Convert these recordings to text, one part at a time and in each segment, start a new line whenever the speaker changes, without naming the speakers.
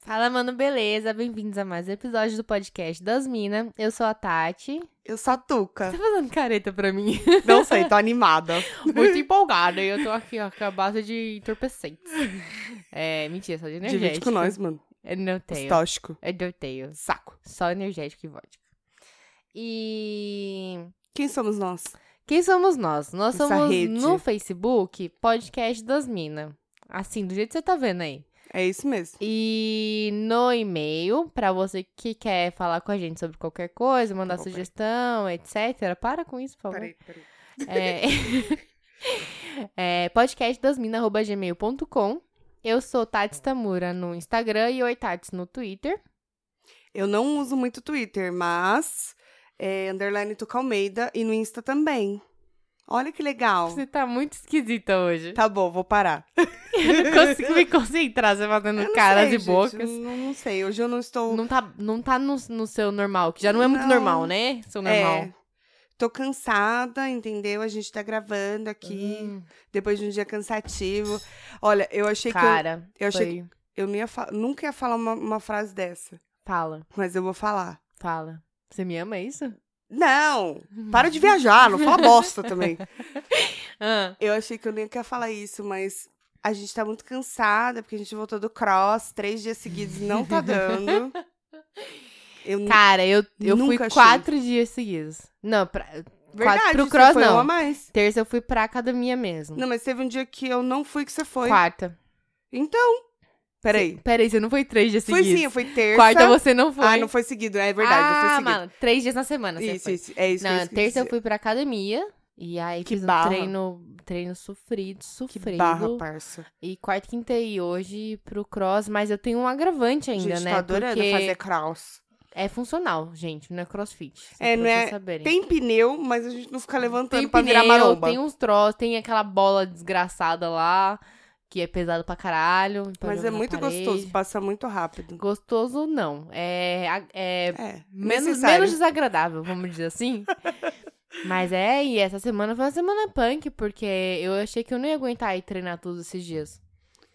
Fala, mano, beleza? Bem-vindos a mais um episódio do podcast das Minas. Eu sou a Tati.
Eu sou a Tuca.
Tá fazendo careta pra mim?
Não sei, tô animada.
Muito empolgada e eu tô aqui, ó, com a base de entorpecentes. É, mentira, só de energético. É
Divide com nós, mano.
Eu não
Os
tenho.
tóxicos.
Eu não tenho.
Saco.
É Só energético e vodka. E...
Quem somos nós?
Quem somos nós? Nós
Essa
somos
rede.
no Facebook, Podcast das Minas. Assim, do jeito que você tá vendo aí.
É isso mesmo.
E no e-mail, pra você que quer falar com a gente sobre qualquer coisa, mandar
Tá bom,
sugestão, etc. Para com isso, por favor.
Peraí, peraí.
É, é podcastdasmina.gmail.com. Eu sou Tati Tamura no Instagram e Oi Tats no Twitter.
Eu não uso muito Twitter, mas é underline Tuca Almeida e no Insta também. Olha que legal.
Você tá muito esquisita hoje.
Tá bom, vou parar.
Eu não consigo me concentrar, você
Eu
fazendo
não
caras
sei,
e
gente,
bocas.
Não, não sei, hoje eu não estou...
Não tá, não tá no, no seu normal, que já não é muito
Não.
normal, né? Seu normal.
É, tô cansada, entendeu? A gente tá gravando aqui,
Hum,
depois de um dia cansativo. Olha, eu achei que...
cara,
Eu, eu achei que
foi-
eu não ia fa- nunca ia falar uma- uma frase dessa,
fala,
mas eu vou falar.
fala. Você me ama, é isso?
Não, para de viajar, não fala bosta também.
Ah,
Eu achei que eu nem ia falar isso, mas a gente tá muito cansada, porque a gente voltou do cross, três dias seguidos não tá dando. Eu n-
Cara, eu, eu fui
Nunca achei.
quatro dias seguidos. Não, pra, quatro pro
você
cross
foi um a
não.
mais.
Terça eu fui pra academia mesmo.
Não, mas teve um dia que eu não fui que você foi.
Quarta.
Então, peraí.
Peraí, você não foi três dias
Foi
seguidos?
sim, eu fui terça.
Quarta você não foi.
Ah, não foi seguido, é verdade, não foi
Ah,
seguido.
mala, três dias na semana você
isso,
foi.
isso, é isso que
Não,
eu quis
terça eu
dizer.
fui pra academia. E aí
Que
fiz um
barra.
treino, treino sofrido,
Que
sofrido.
barra, parça.
E quarta, quinta e hoje pro cross, mas eu tenho um agravante ainda,
gente
né?
tá adorando
Porque
fazer cross.
é funcional, gente, não é crossfit. só pra
É, não
vocês
é-
saberem.
Tem pneu, mas a gente não fica levantando
tem
pra virar
pneu,
maromba.
tem uns troços, tem aquela bola desgraçada lá, que é pesado pra caralho. então pra
Mas
jogar
é
um na
muito
parede.
gostoso, passa muito rápido.
Gostoso não, é, a- é
É,
menos,
necessário.
menos desagradável, vamos dizer assim. Mas é, e essa semana foi uma semana punk, porque eu achei que eu não ia aguentar ir treinar todos esses dias.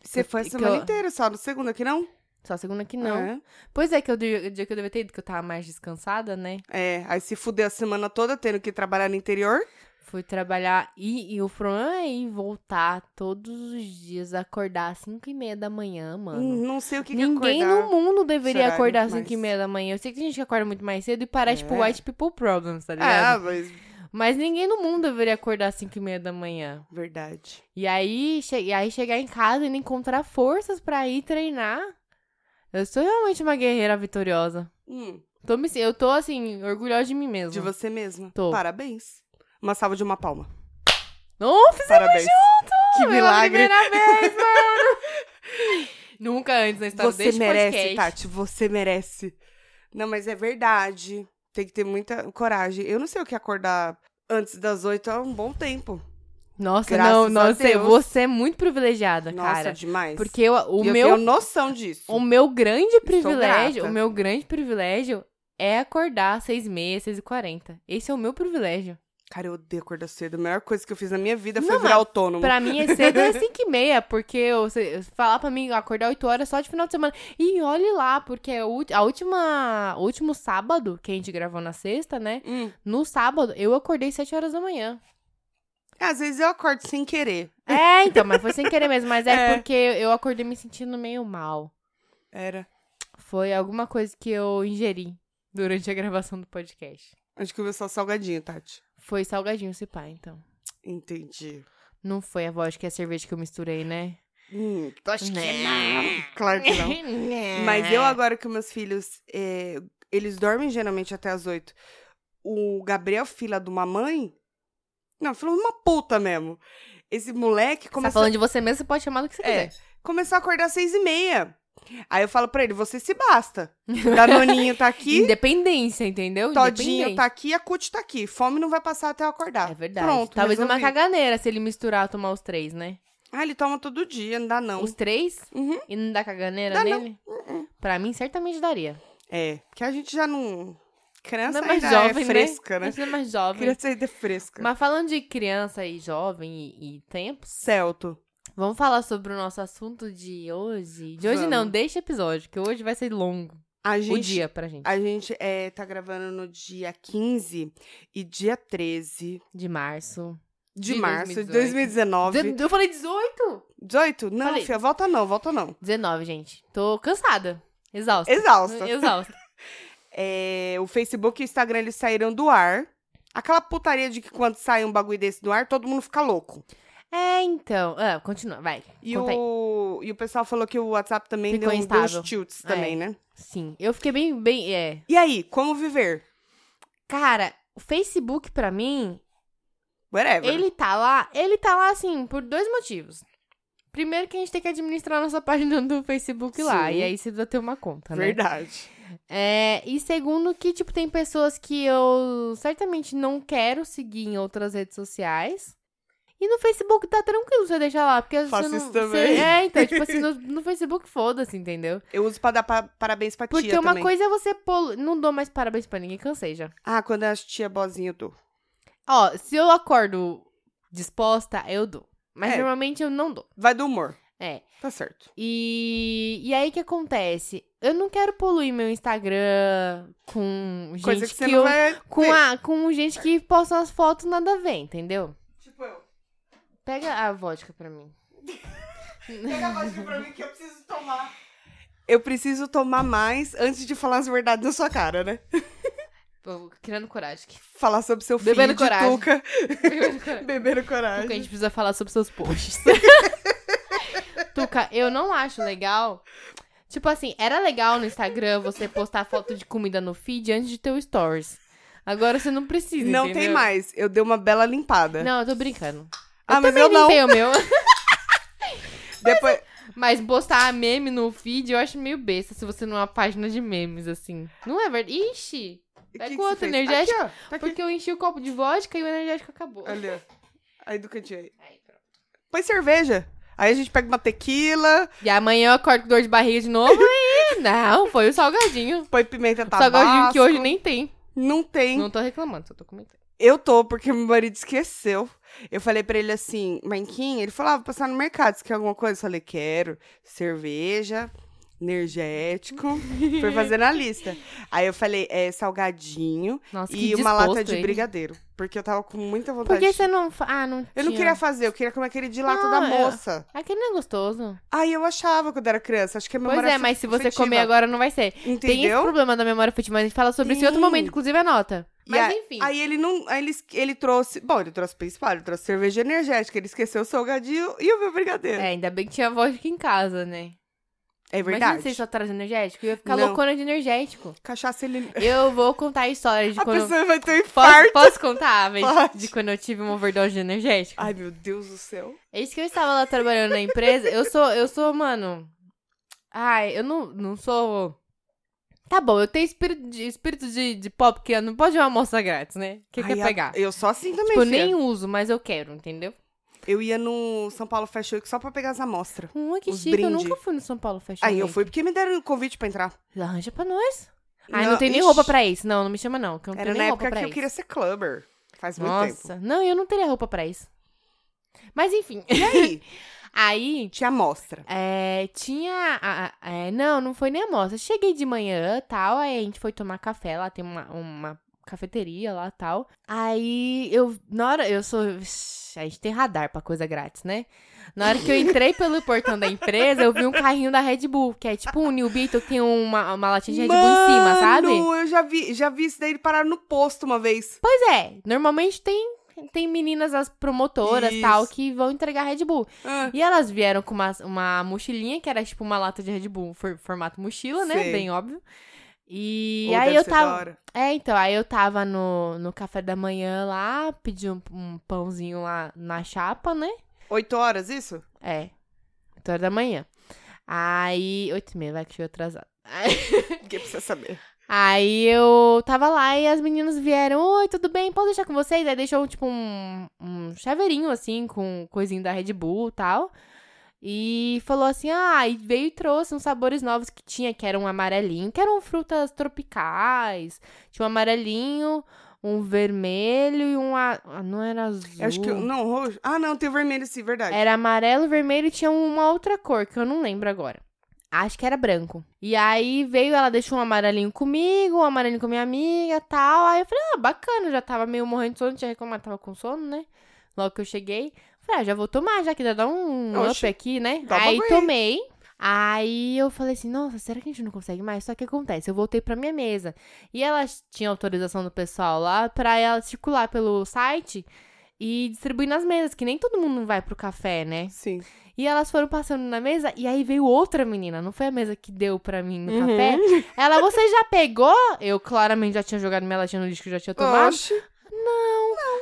Você foi a
que
semana
eu-
inteira só, no segundo aqui não?
Só segunda que não.
É.
Pois é, que eu, o dia que eu devia ter ido, que eu tava mais descansada, né?
É, aí se fudeu a semana toda tendo que trabalhar no interior.
Fui trabalhar e, e o problema é ir voltar todos os dias, acordar às 5 e meia da manhã, mano.
Hum, Não sei o que
Ninguém
que
no
acordar.
mundo deveria
horário,
acordar às
mas-
5 e meia da manhã. Eu sei que tem gente que acorda muito mais cedo e parar, tipo,
É.
white people problems, tá
Ah,
ligado?
mas...
Mas ninguém no mundo deveria acordar às 5 e meia da manhã.
Verdade.
E aí, che- e aí chegar em casa e não encontrar forças pra ir treinar. Eu sou realmente uma guerreira vitoriosa.
Hum,
Tô me, se- eu tô, assim, orgulhosa de mim mesma.
de você mesma.
Tô.
Parabéns. Uma salva de uma palma.
Não
Parabéns. Que
Pela
milagre.
é primeira vez, mano. Nunca antes na história
Você
deste
merece,
podcast.
Tati. Você merece. Não, mas é verdade. Tem que ter muita coragem. Eu não sei o que acordar antes das oito há um bom tempo.
Nossa,
Graças
não,
a
nossa,
Deus.
você é muito privilegiada,
Nossa,
cara.
demais.
Porque eu- o
E eu
meu
tenho noção disso.
o meu grande privilégio,
grata.
o meu grande privilégio é acordar às 6 e meia, 6 e 40. Esse é o meu privilégio.
Cara, eu odeio acordar cedo. A melhor coisa que eu fiz na minha vida foi
Não,
virar autônomo.
Pra mim, é cedo é 5 e meia, porque eu, se- falar pra mim acordar 8 horas só de final de semana. E olhe lá, porque é o- a última, o último sábado, que a gente gravou na sexta, né?
Hum.
No sábado, eu acordei 7 horas da manhã.
Às vezes eu acordo sem querer.
É, então, mas foi sem querer mesmo. Mas é,
É.
porque eu acordei me sentindo meio mal.
Era.
Foi alguma coisa que eu ingeri durante a gravação do podcast.
Acho que eu vi só salgadinho, Tati.
Foi salgadinho se pá, então.
Entendi.
Não foi a voz que é a cerveja que eu misturei, né?
Hum, acho
Né.
que não. Claro que não. Mas
É.
eu agora que meus filhos, é, eles dormem geralmente até as oito. O Gabriel, filha de uma mãe... Não, filho de uma puta mesmo. Esse moleque
Você tá
começou,
falando de você mesmo, você pode chamar do que você
É.
quiser.
começou a acordar às seis e meia. Aí eu falo pra ele, você se basta. Danoninho tá aqui,
Independência, entendeu?
Todinho
Independência.
tá aqui, a Cut tá aqui. Fome não vai passar até eu acordar.
É verdade.
Pronto,
Talvez
resolvi.
uma caganeira se ele misturar tomar os três, né?
Ah, ele toma todo dia, não dá não.
Os três?
Uhum.
E não dá caganeira
Dá não. Uh-uh.
nele? Pra mim, certamente daria.
É, porque a gente já não... Criança
Ainda
ainda
mais
é
jovem,
fresca, né?
Mas é mais jovem.
Criança ainda é fresca.
Mas falando de criança e jovem e, e tempos,
Celto.
Vamos falar sobre o nosso assunto de hoje? De hoje não,
Vamos.
deste episódio, que hoje vai ser longo.
A
O
gente,
dia pra gente.
A gente é, tá gravando no dia 15 e dia 13
De março.
de,
De
março de
18.
2019.
Eu falei 18?
18? Não,
Falei.
filha, volta não, volta não.
19, gente. Tô cansada. Exausta.
Exausta.
Exausta.
É, o Facebook e o Instagram, eles saíram do ar. Aquela putaria de que quando sai um bagulho desse do ar, todo mundo fica louco.
É, então. Ah, continua, vai.
E
Conta aí.
o, e o pessoal falou que o WhatsApp também
Ficou
deu, um- deu
instável.
uns tilts
É.
também, né?
Sim. Eu fiquei bem, bem. É.
E aí, como viver?
Cara, o Facebook, pra mim,
Whatever.
ele tá lá. Ele tá lá, assim, por dois motivos. Primeiro que a gente tem que administrar a nossa página do Facebook lá.
Sim.
E aí você precisa ter uma conta, né?
Verdade.
É, e segundo que, tipo, tem pessoas que eu certamente não quero seguir em outras redes sociais. E no Facebook tá tranquilo você deixar lá, porque você
Faço
não...
isso
você-
também.
é, então, tipo assim, no, no Facebook foda-se, entendeu?
Eu uso pra dar pa- parabéns pra
Porque
tia
uma
também.
coisa é você... pol- Não dou mais parabéns pra ninguém, cansei já.
Ah, quando é as tia bozinha, eu dou.
Ó, se eu acordo disposta, eu dou. Mas
É.
normalmente eu não dou.
Vai do humor.
É.
Tá certo.
E, e aí o que acontece? Eu não quero poluir meu Instagram com gente
coisa que você
eu
não vai...
Com,
ver.
a, com gente que posta umas fotos nada a ver, entendeu?
Tipo eu.
Pega a vodka pra mim.
Pega a vodka pra mim que eu preciso tomar. Eu preciso tomar mais antes de falar as verdades na sua cara, né?
Tô criando coragem aqui.
Falar sobre seu filho
Bebendo
de
coragem.
Tuca.
Criando coragem.
Bebendo
Tuca, é a gente
coragem.
precisa falar sobre seus posts. Tuca, eu não acho legal. Tipo assim, era legal no Instagram você postar foto de comida no feed antes de teu stories. Agora você não precisa.
Não
entendeu?
tem mais. Eu dei uma bela limpada.
Não, eu tô brincando.
Ah,
eu
mas
também
eu não.
limpei é o meu.
Depois...
Mas postar meme no feed eu acho meio besta se você não é uma página de memes, assim. Não é verdade? Ixi!
O
Pega
que
o
que
outro
você fez?
energético,
Aqui, ó. Tá aqui.
Porque eu enchi o copo de vodka e o energético acabou.
Ali, ó. Aí do cantinho aí.
Aí, pronto.
Põe cerveja. Aí a gente pega uma tequila,
E amanhã eu acordo com dor de barriga de novo e... Não, foi o salgadinho.
põe pimenta tabasco.
salgadinho um que hoje nem tem.
Não tem.
Não tô reclamando, só tô comentando.
Eu tô, porque meu marido esqueceu. Eu falei pra ele assim, Manquinho, ele falava, ah, vou passar no mercado, você quer alguma coisa? Eu falei, quero. Cerveja, energético. Foi fazendo a lista. Aí eu falei, é salgadinho
Nossa, que
e uma lata
disposto
de
ele.
brigadeiro. Porque eu tava com muita vontade.
Por que
de-
você não... fa- Ah, não
Eu não
tinha.
queria fazer, eu queria comer aquele de lata da
Não, eu-
moça.
Aquele não é gostoso.
Aí eu achava quando era criança, acho que é
Pois
memória
é, mas se você
afetiva.
comer agora não vai ser. Tem esse
Entendeu?
problema da memória afetiva, a gente fala sobre isso em outro
Sim.
momento, inclusive anota.
E
Mas
a-
enfim.
Aí ele não. Aí ele, es- ele trouxe. Bom, ele trouxe o principal, ele trouxe cerveja energética, ele esqueceu o salgadinho e o meu brigadeiro.
É, ainda bem que tinha vodka em casa, né?
É
Imagina
verdade.
se só traz energético. Eu ia ficar
Não.
loucona de energético.
Cachaça ele.
Eu vou contar a história de
A
quando...
pessoa vai ter um
Posso,
infarto.
posso contar, velho?
Pode.
De quando eu tive uma overdose de energético?
Ai, meu Deus do céu.
É isso que eu estava lá trabalhando na empresa. Eu sou, eu sou, mano. Ai, eu não, não sou. Tá bom, eu tenho espírito de, espírito de, de pop, que eu não pode ir uma moça grátis, né? O que
Ai,
quer
a-
pegar?
Eu sou assim também.
Tipo, eu
fia.
nem uso, mas eu quero, entendeu?
Eu ia no São Paulo Fashion Week só pra pegar as amostras.
Hum, que
Os
chique, eu
brinde.
nunca fui no São Paulo Fashion
Aí eu
Week.
fui porque me deram o convite pra entrar.
Arranja pra nós. Ai, não, tem nem roupa pra isso. Não, não me chama não, que eu não
Era
tenho
na
nem roupa
época
pra
que eu
isso.
queria ser clubber. Faz muito tempo.
Nossa, não, eu não teria roupa pra isso. Mas enfim,
E aí?
aí
Tinha amostra.
é, tinha. a- a- é, não, não foi nem amostra. Cheguei de manhã tal, aí a gente foi tomar café lá, tem uma, uma cafeteria lá tal. Aí eu. Na hora, eu sou. A gente tem radar pra coisa grátis, né? Na hora que eu entrei pelo portão da empresa, eu vi um carrinho da Red Bull, que é tipo um New Beetle que tem uma, uma latinha de Red Bull em cima, sabe?
Mano, eu já vi, já vi isso daí ele parar no posto uma vez.
Pois é, normalmente tem, tem meninas, as promotoras
Isso.
tal, que vão entregar Red Bull.
Ah,
E elas vieram com uma, uma mochilinha, que era tipo uma lata de Red Bull, for- formato mochila, né?
Sei.
Bem óbvio. E
ou
aí
deve
eu
ser
tava.
da hora.
É, então, aí eu tava no, no café da manhã lá, pedi um, um pãozinho lá na chapa, né?
Oito horas, isso?
É. 8 horas da manhã. Aí. 8 e meia, vai que chegou atrasado.
Ninguém precisa saber.
Aí eu tava lá e as meninas vieram, oi, tudo bem? Posso deixar com vocês? Aí deixou, tipo, um, um chaveirinho, assim, com coisinha da Red Bull e tal. E falou assim, ah, e veio e trouxe uns sabores novos que tinha, que eram um amarelinho, que eram frutas tropicais. Tinha um amarelinho, um vermelho e um. a- ah, Não era azul.
Acho que. Não, roxo. Ah, não, tem o vermelho sim, verdade.
Era amarelo, vermelho e tinha uma outra cor que eu não lembro agora. Acho que era branco. E aí veio, ela deixou um amarelinho comigo, um amarelinho com minha amiga tal. Aí eu falei, ah, bacana, já tava meio morrendo de sono, tinha reclamado, tava com sono, né? Logo que eu cheguei. Falei, ah, já vou tomar, já que dá dá um
Oxe,
up aqui, né?
dá pra
aí
aguentar.
tomei. Aí eu falei assim, nossa, será que a gente não consegue mais? Só que acontece, eu voltei pra minha mesa. E ela tinha autorização do pessoal lá pra ela circular pelo site e distribuir nas mesas, que nem todo mundo vai pro café, né?
Sim.
E elas foram passando na mesa e aí veio outra menina, não foi a mesa que deu pra mim no
Uhum.
café? Ela, você já pegou? Eu claramente já tinha jogado minha latinha no lixo que eu já tinha tomado.
Oxe.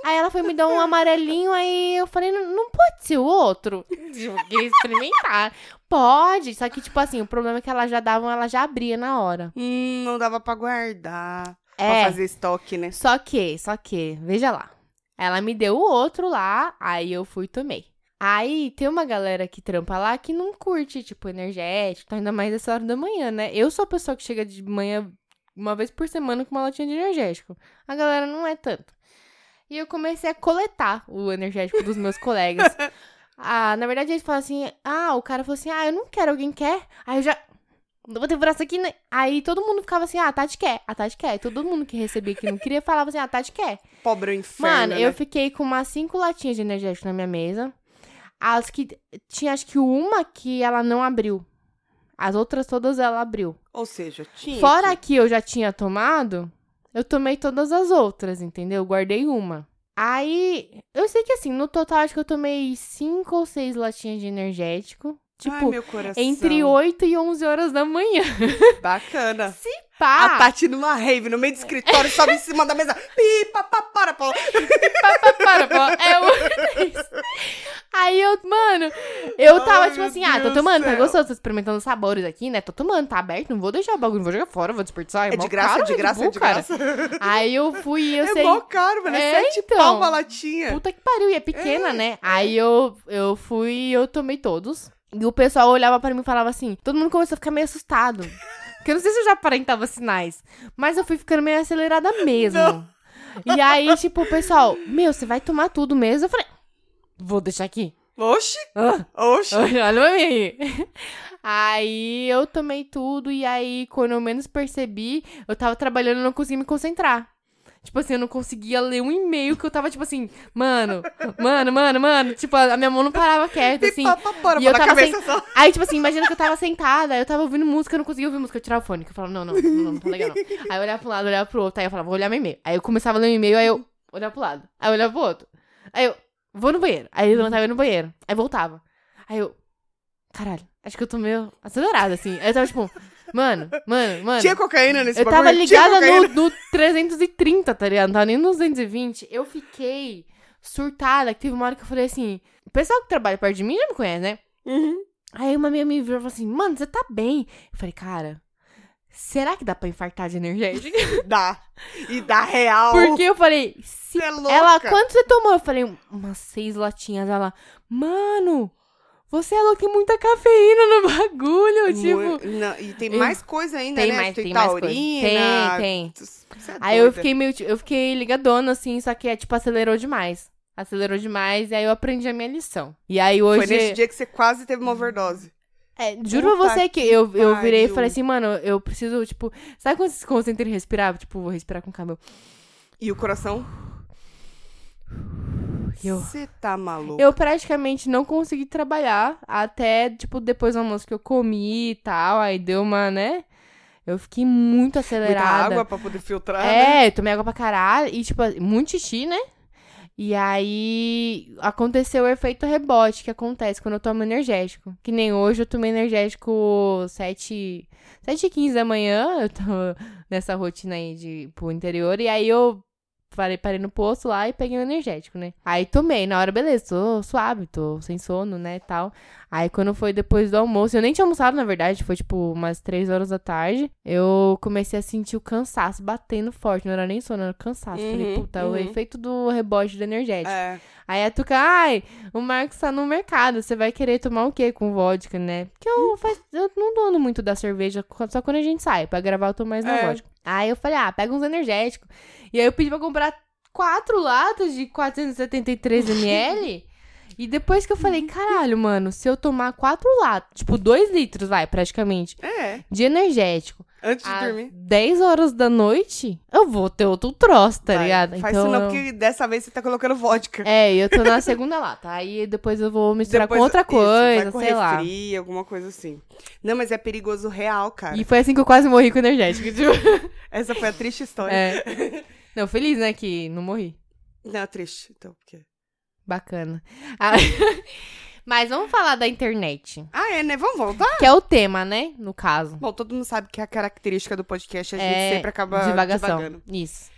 Aí ela foi me dar um amarelinho, aí eu falei, não não pode ser o outro. Eu queria experimentar. Pode, só que tipo assim, o problema é que elas já davam, ela já abria na hora.
Hum, não dava pra guardar. Pra
É,
fazer estoque, né?
Só que, só que, veja lá. Ela me deu o outro lá, aí eu fui e tomei. Aí tem uma galera que trampa lá que não curte, tipo, energético, tá? ainda mais essa hora da manhã, né? Eu sou a pessoa que chega de manhã uma vez por semana com uma latinha de energético. A galera não é tanto. E eu comecei a coletar o energético dos meus colegas. Ah, na verdade, eles falam assim: ah, o cara falou assim, ah, eu não quero, alguém quer? Aí eu já. Não vou ter braço aqui, né? Aí todo mundo ficava assim, ah, a Tati quer, a Tati quer. Todo mundo que recebia que não queria falava assim, ah, a Tati quer.
Pobre é o inferno.
Mano,
né?
eu fiquei com umas cinco latinhas de energético na minha mesa. As que. Tinha acho que uma que ela não abriu. As outras todas ela abriu.
Ou seja, tinha.
Fora
que-
a que eu já tinha tomado, eu tomei todas as outras, entendeu? Eu Guardei uma. Aí, eu sei que assim, no total acho que eu tomei cinco ou seis latinhas de energético.
Ai,
Tipo,
meu coração.
entre 8 e 11 horas da manhã.
Bacana.
Pá!
A Tati numa rave, no meio
É.
do escritório, sobe em cima da mesa. Pipa, pa, para, pô.
para, pô. É o três. Aí eu, mano, eu tava
Ai,
tipo
meu
assim, ah, tô
Deus
tomando, tá
céu.
gostoso, tô experimentando os sabores aqui, né? Tô tomando, tá aberto, não vou deixar o bagulho, não vou jogar fora, vou desperdiçar.
É
mó
de graça,
caro
é de
Red
graça, é
Bull,
de
cara.
graça.
Aí eu fui e eu
É
sei.
mó caro, mano. É
É,
sete
então.
pau uma latinha.
Puta que pariu, e é pequena, né? Aí eu, eu fui e eu tomei todos. E o pessoal olhava pra mim e falava assim, todo mundo começou a ficar meio assustado. Porque eu não sei se eu já aparentava sinais, mas eu fui ficando meio acelerada mesmo. E aí, tipo, o pessoal, meu, você vai tomar tudo mesmo? Eu falei, vou deixar aqui.
Oxi,
Ah,
oxi.
olha pra mim aí. Aí eu tomei tudo e aí, quando eu menos percebi, eu tava trabalhando e não conseguia me concentrar. Tipo assim, eu não conseguia ler um e-mail que eu tava, tipo assim, mano, mano, mano, mano. Tipo, a minha mão não parava quieta, assim.
Pipa, pa, para,
e
pô,
eu
na
tava
cabeça só.
Aí, tipo assim, imagina que eu tava sentada, eu tava ouvindo música, eu não conseguia ouvir música, eu tirava o fone, que eu falava, não, não, não, não, não tá legal não. Aí eu olhava pra um lado, olhava pro outro, aí eu falava, vou olhar meu e-mail. Aí eu começava a ler o e-mail, aí eu olhava pro lado, aí eu olhava pro outro. Aí eu, vou no banheiro. Aí eu levantava e ia no banheiro, aí voltava. Aí eu, caralho, acho que eu tô meio acelerada, assim. Aí eu tava tipo, mano, mano, mano.
Tinha cocaína nesse
Eu tava
bagulho? Tinha
ligada
cocaína?
no, no 330, tá ligado? Não tava nem no 220. Eu fiquei surtada, que teve uma hora que eu falei assim, o pessoal que trabalha perto de mim já me conhece, né?
Uhum.
Aí uma minha me virou e falou assim, mano, você tá bem? Eu falei, cara, será que dá pra infartar de energético?
Dá. E dá real.
Porque eu falei, se
Você é louca.
ela, quanto você tomou? Eu falei, umas seis latinhas. Ela, mano, você é louca, tem muita cafeína no bagulho, tipo...
Mu- não, e tem
eu-
mais coisa ainda,
Tem
né?
mais, tem mais coisa.
taurina.
Tem, tem.
Você é
Aí eu
doida.
fiquei meio, ti- eu fiquei ligadona, assim, só que, é, tipo, acelerou demais. Acelerou demais, e aí eu aprendi a minha lição. E aí hoje... Uhum.
Foi nesse dia que você quase teve uma overdose.
É, juro pra
Puta
você que eu,
que
eu virei e falei
pariu.
assim, mano, eu preciso, tipo... Sabe quando você se concentra em respirar? Tipo, vou respirar com o cabelo.
E o coração?
E eu-
Você tá maluco.
Eu praticamente não consegui trabalhar até, tipo, depois do almoço que eu comi e tal. Aí deu uma, né? Eu fiquei muito
Muita
acelerada.
água pra poder filtrar, né?
é, eu tomei água pra caralho. E, tipo, muito xixi, né? E aí aconteceu o efeito rebote que acontece quando eu tomo energético. Que nem hoje eu tomei energético 7, 7 e 15 da manhã. Eu tô nessa rotina aí de pro interior. E aí eu parei, parei no posto lá e peguei o energético, né? Aí tomei, na hora, beleza, tô suave, tô sem sono, né? Tal. Aí quando foi depois do almoço, eu nem tinha almoçado, na verdade, foi tipo umas 3 horas da tarde. Eu comecei a sentir o cansaço batendo forte. Não era nem sono, era cansaço.
Uhum,
Falei, puta,
uhum.
o efeito do rebote do energético.
É.
Aí a Tuca, ai, o Marcos tá no mercado, você vai querer tomar o quê com vodka, né? Porque
Hum.
eu, faz- eu não dono muito da cerveja, só quando a gente sai. Pra gravar eu tomo mais na
É.
vodka. Aí eu falei, ah, pega uns energéticos. E aí eu pedi pra comprar quatro latas de 473ml. e depois que eu falei, caralho, mano, se eu tomar quatro latas, tipo, dois litros, vai, praticamente,
É,
de energético
antes de
às
dormir.
10 horas da noite, eu vou ter outro troço, tá
Vai,
ligado?
Faz isso não,
eu-
porque dessa vez você tá colocando vodka.
É, eu tô na segunda lata. Aí depois eu vou misturar
Depois-
com outra
isso, vai
coisa,
com
sei lá.
refri, alguma coisa assim. Não, mas é perigoso real, cara.
E foi assim que eu quase morri com energético. tipo,
Essa foi a triste história.
é. Não, feliz, né, que não morri.
Não, triste, então, porque...
Bacana. Ah, Mas vamos falar da internet.
Ah, é, né? Vamos voltar?
Que é o tema, né? No caso.
Bom, todo mundo sabe que a característica do podcast a gente
É,
sempre acaba
Divagação.
divagando.
Isso.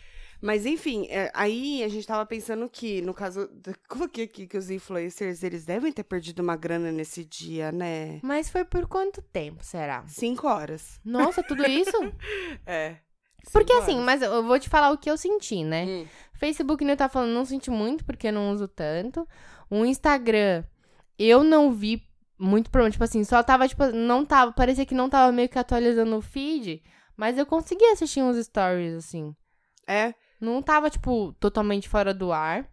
Mas enfim, é, aí a gente tava pensando que, no caso, coloquei aqui que os influencers, eles devem ter perdido uma grana nesse dia, né?
Mas foi por quanto tempo, será?
Cinco horas.
Nossa, tudo isso?
É.
Porque
Cinco
assim,
horas.
mas eu vou te falar o que eu senti, né?
Hum.
Facebook, né, eu tava falando, não senti muito, porque eu não uso tanto. O Instagram, eu não vi muito problema. Tipo assim, só tava, tipo, não tava. Parecia que não tava meio que atualizando o feed, mas eu consegui assistir uns stories, assim.
É.
Não tava, tipo, totalmente fora do ar.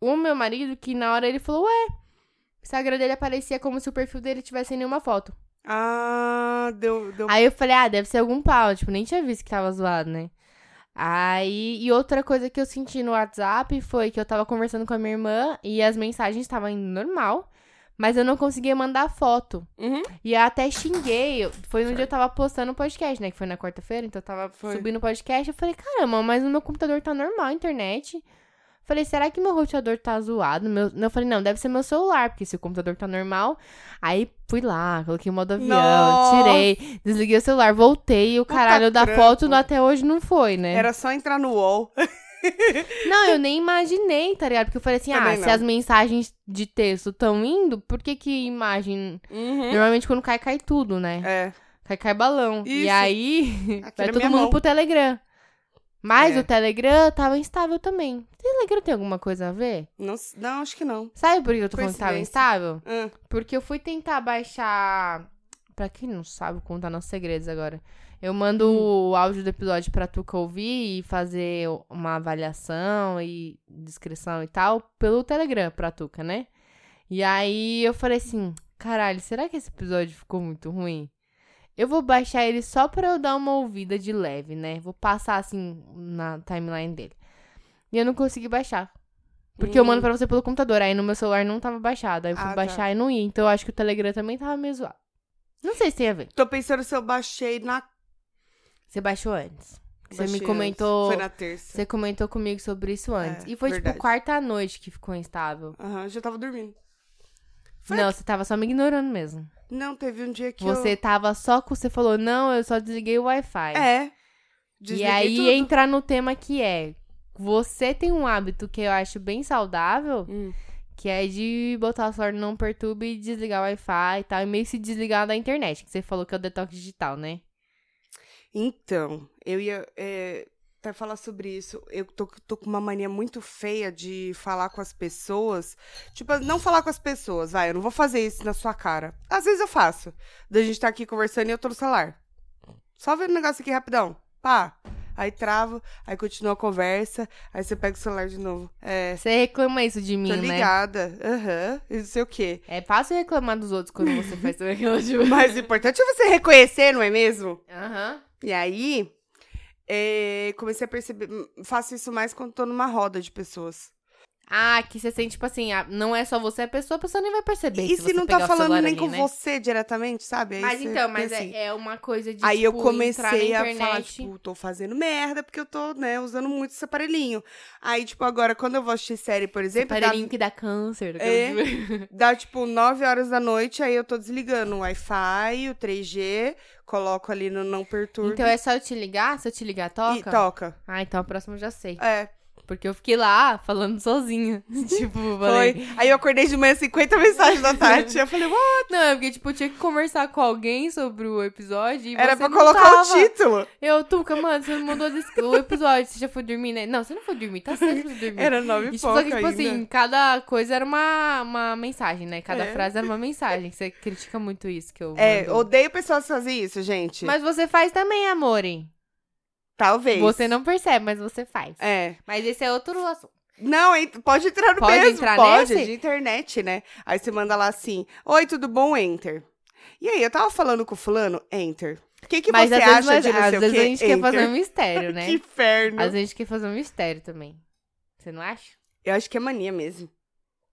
O meu marido, que na hora ele falou, ué. O Instagram dele aparecia como se o perfil dele tivesse sem nenhuma foto.
Ah, deu... deu...
Aí eu falei, ah, deve ser algum pau. Tipo, nem tinha visto que tava zoado, né? Aí, e outra coisa que eu senti no WhatsApp foi que eu tava conversando com a minha irmã e as mensagens estavam indo normal, mas eu não conseguia mandar foto.
Uhum.
E eu até xinguei. eu- Foi no
Certo.
dia eu tava postando o podcast, né? Que foi na quarta-feira, então eu tava
Foi.
subindo o podcast. Eu falei, caramba, mas no meu computador tá normal a internet. Falei, será que meu roteador tá zoado? Meu... Eu falei, não, deve ser meu celular, porque se o computador tá normal. Aí fui lá, coloquei o modo avião,
Nossa!
tirei, desliguei o celular, voltei. E o
Puta
caralho da
trampo.
foto não- até hoje não foi, né?
Era só entrar no UOL.
Não, eu nem imaginei, tá ligado? Porque eu falei assim, ah,
Também
se
não.
as mensagens de texto estão indo, por que que imagem.
Uhum.
Normalmente quando cai, cai tudo, né?
É.
Cai, cai balão. E
Isso.
aí,
Aqui
vai
na
É todo
minha
mundo
mão.
pro Telegram. Mas
É.
o Telegram tava instável também. Telegram tem alguma coisa a ver?
Não, não, acho que não.
Sabe por que eu tô falando que tava
Coincidência.
instável?
Ah,
Porque eu fui tentar baixar. Pra quem não sabe, vou contar nossos segredos agora. Eu mando o áudio do episódio pra Tuca ouvir e fazer uma avaliação e descrição e tal pelo Telegram pra Tuca, né? E aí eu falei assim: caralho, será que esse episódio ficou muito ruim? Eu vou baixar ele só pra eu dar uma ouvida de leve, né? Vou passar assim na timeline dele. E eu não consegui baixar. Porque eu
Hum.
mando pra você pelo computador. Aí no meu celular não tava baixado. Aí eu fui
Ah, tá.
baixar e não ia. Então eu acho que o Telegram também tava meio zoado. Não sei se tem a ver.
tô pensando se eu baixei na.
Você baixou antes. Você
baixei
me
antes.
comentou.
Foi na terça.
Você comentou comigo sobre isso antes.
É,
e foi
verdade.
tipo quarta à noite que ficou instável.
Aham, eu já tava dormindo. Foi
não, você tava só me ignorando mesmo.
Não, teve um dia que
você tava só com. Você falou, não, eu só desliguei o Wi-Fi.
eu. É.
e
Desliguei
aí
tudo.
entrar no tema que é. Você tem um hábito que eu acho bem saudável.
Hum.
Que é de botar o celular no não perturbe e desligar o Wi-Fi e tal. E meio que se desligar da internet, que você falou que é o detox digital, né?
Então, eu ia é, até falar sobre isso. Eu tô, tô com uma mania muito feia de falar com as pessoas. Tipo, não falar com as pessoas, vai, eu não vou fazer isso na sua cara. Às vezes eu faço. Da gente tá aqui conversando e eu tô no celular. Só vendo o negócio aqui rapidão. Pá. Aí travo, aí continua a conversa, aí você pega o celular de novo. É,
Você reclama isso de mim,
tô
né?
ligada. Aham, eu não sei o quê.
É fácil reclamar dos outros quando você faz também aquilo de...
Mas o importante é você reconhecer, não é mesmo?
Aham.
E aí, é, comecei a perceber. Faço isso mais quando tô numa roda de pessoas.
Ah, que você sente, tipo assim, ah, não é só você, a pessoa, a pessoa nem vai perceber.
e se,
você
não
pegar
tá
o
falando
celular
nem
ali,
com
né?
você diretamente, sabe? Aí
Mas
você
então, mas
pensa assim.
é, é uma coisa de.
Aí eu
tipo, entrar na
comecei a
internet...
falar, tipo, tô fazendo merda porque eu tô, né, usando muito esse aparelhinho. Aí, tipo, agora, quando eu vou assistir série, por exemplo, dá,
Aparelhinho que dá câncer.
É.
aquelas-
dá, tipo, 9 horas da noite, aí eu tô desligando o Wi-Fi, o 3G, coloco ali no Não Perturbe
Então é só eu te ligar? Se eu te ligar, toca?
e toca.
Ah, então a próxima eu já sei.
É.
Porque eu fiquei lá falando sozinha. tipo, falei.
Foi. Aí eu acordei de manhã 50 mensagens da Tati. Eu falei, "Uau,
Não, é porque, tipo, eu tinha que conversar com alguém sobre o episódio. E
era
você
pra
não
colocar
tava.
o título.
Eu, Tuca, mano, você não mandou des- o episódio, você já foi dormir, né? Não, você não foi dormir, tá certo você dormir.
Era nove
E,
e
tipo,
pouco
só que, tipo
ainda.
assim, cada coisa era uma, uma mensagem, né? Cada
É.
frase era uma mensagem. Você critica muito isso que eu.
É,
mando.
odeio pessoas que fazem isso, gente.
Mas você faz também, amorem.
Talvez.
Você não percebe, mas você faz.
É.
Mas esse é outro assunto.
Não, hein, pode entrar no
Pode
mesmo.
entrar
pode,
nesse?
de internet, né? Aí você manda lá assim, oi, tudo bom? Enter. E aí, eu tava falando com o fulano? Enter. O que, que
mas
você
às
acha
vezes, nós-
de não
às
sei o
vezes
quê?
a gente quer
Enter.
fazer um mistério, né?
Que inferno.
Às vezes a gente quer fazer um mistério também. Você não acha?
Eu acho que é mania mesmo.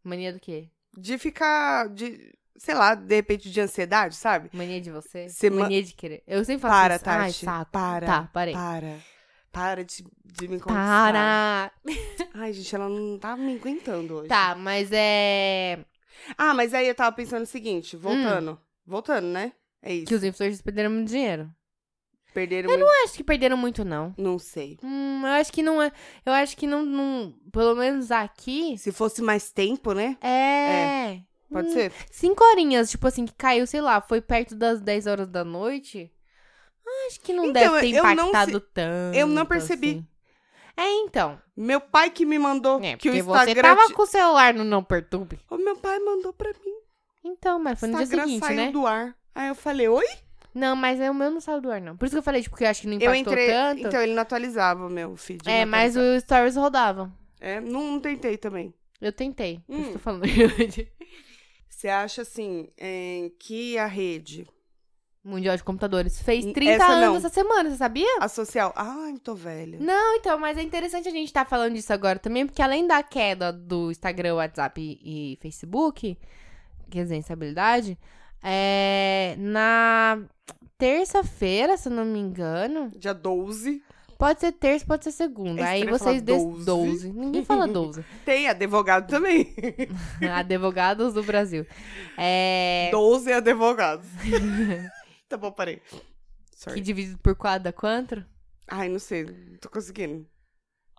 Mania do quê?
De ficar, de, sei lá, de repente de ansiedade, sabe?
Mania de você?
Você ma-
Mania de querer. Eu sempre faço
Para,
isso. Ai,
Tati.
saco.
Para.
Tá, parei.
Para. Para de, de me conquistar.
Para!
Ai, gente, ela não tá me aguentando hoje.
Tá, mas é.
Ah, mas aí eu tava pensando o seguinte, voltando. Voltando, né? É isso.
Hum. Que os influencers perderam muito dinheiro.
Perderam muito...
Eu acho que perderam muito, não.
Não sei.
Hum, eu acho que não é. Eu acho que não. não- pelo menos aqui.
Se fosse mais tempo, né?
É.
Pode
Hum,
ser?
Cinco horinhas, tipo assim, que caiu, sei lá, foi perto das 10 horas da noite. Acho que não
Então,
deve ter
eu não
impactado tanto.
eu não percebi.
assim. É, então.
Meu pai que me mandou
É,
que o
porque você
Instagram...
tava
ti-
com o celular no Não Perturbe.
O meu pai mandou pra mim.
Então, mas foi no
Instagram
dia seguinte,
saiu
né?
do ar. Aí eu falei, oi?
Não, mas é o meu não saiu do ar, não. Por isso que eu falei, tipo, que eu acho que não
Eu
impactou
entrei...
tanto.
Então, ele não atualizava o meu feed.
é,
não
mas
atualizava.
os stories rodavam.
É, não, não tentei também.
Eu tentei. Por isso que
Hum.
eu tô falando.
Você acha, assim, em que a rede...
Mundial de Computadores. Fez
Hum,
30
essa
anos
não.
essa semana, você sabia?
A social... Ai, tô velha.
Não, então, mas é interessante a gente estar falando disso agora também, porque além da queda do Instagram, WhatsApp e, e Facebook, quer dizer, instabilidade, é, na terça-feira, se eu não me engano,
Dia 12.
pode ser terça, pode ser segunda.
É
Aí
estranho
vocês...
falar
des-
12.
12. Ninguém fala 12.
Tem advogado também.
Advogados do Brasil. É,
12 advogados. tá bom, parei.
que
Sorry.
dividido por quatro dá quanto?
Ai, não sei. Não tô conseguindo.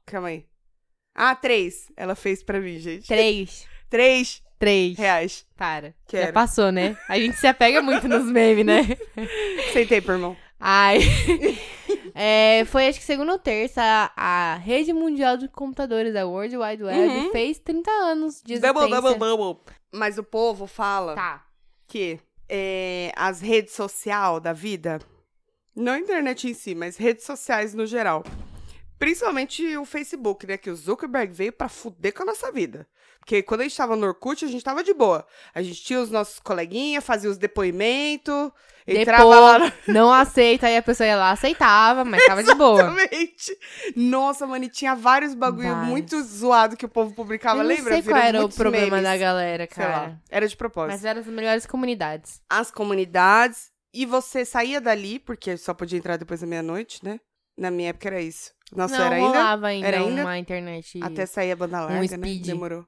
Calma aí. Ah, três. Ela fez pra mim, gente.
Três.
Três
Três.
reais.
Para. Já
Quero.
passou, né? A gente se apega muito nos memes, né?
Sentei, por irmão.
Ai. É, foi acho que segunda ou terça, a Rede Mundial de Computadores, a World Wide Web,
Uhum.
fez 30 anos de existência.
Double, double, double. Mas o povo fala
Tá.
que é, as redes sociais da vida, não a internet em si, mas redes sociais no geral, principalmente o Facebook, né? Que o Zuckerberg veio pra fuder com a nossa vida. Porque quando a gente tava no Orkut, a gente tava de boa. A gente tinha os nossos coleguinhas, fazia os depoimentos, entrava
Depois,
lá no...
não aceita, aí a pessoa ia lá, aceitava, mas tava de boa.
Exatamente. Nossa, mano, e tinha vários bagulho
Vários.
muito zoado que o povo publicava,
Eu não
lembra?
sei qual
Virou
era o
muitos
problema
memes.
da galera,
Sei
cara.
lá, era de propósito.
Mas eram as melhores comunidades.
as comunidades e você saía dali, porque só podia entrar depois da meia-noite, né? Na minha época era isso. Nossa,
não,
era ainda
rolava ainda,
Era ainda?
uma internet.
até sair a banda larga, né?
speed.
Demorou.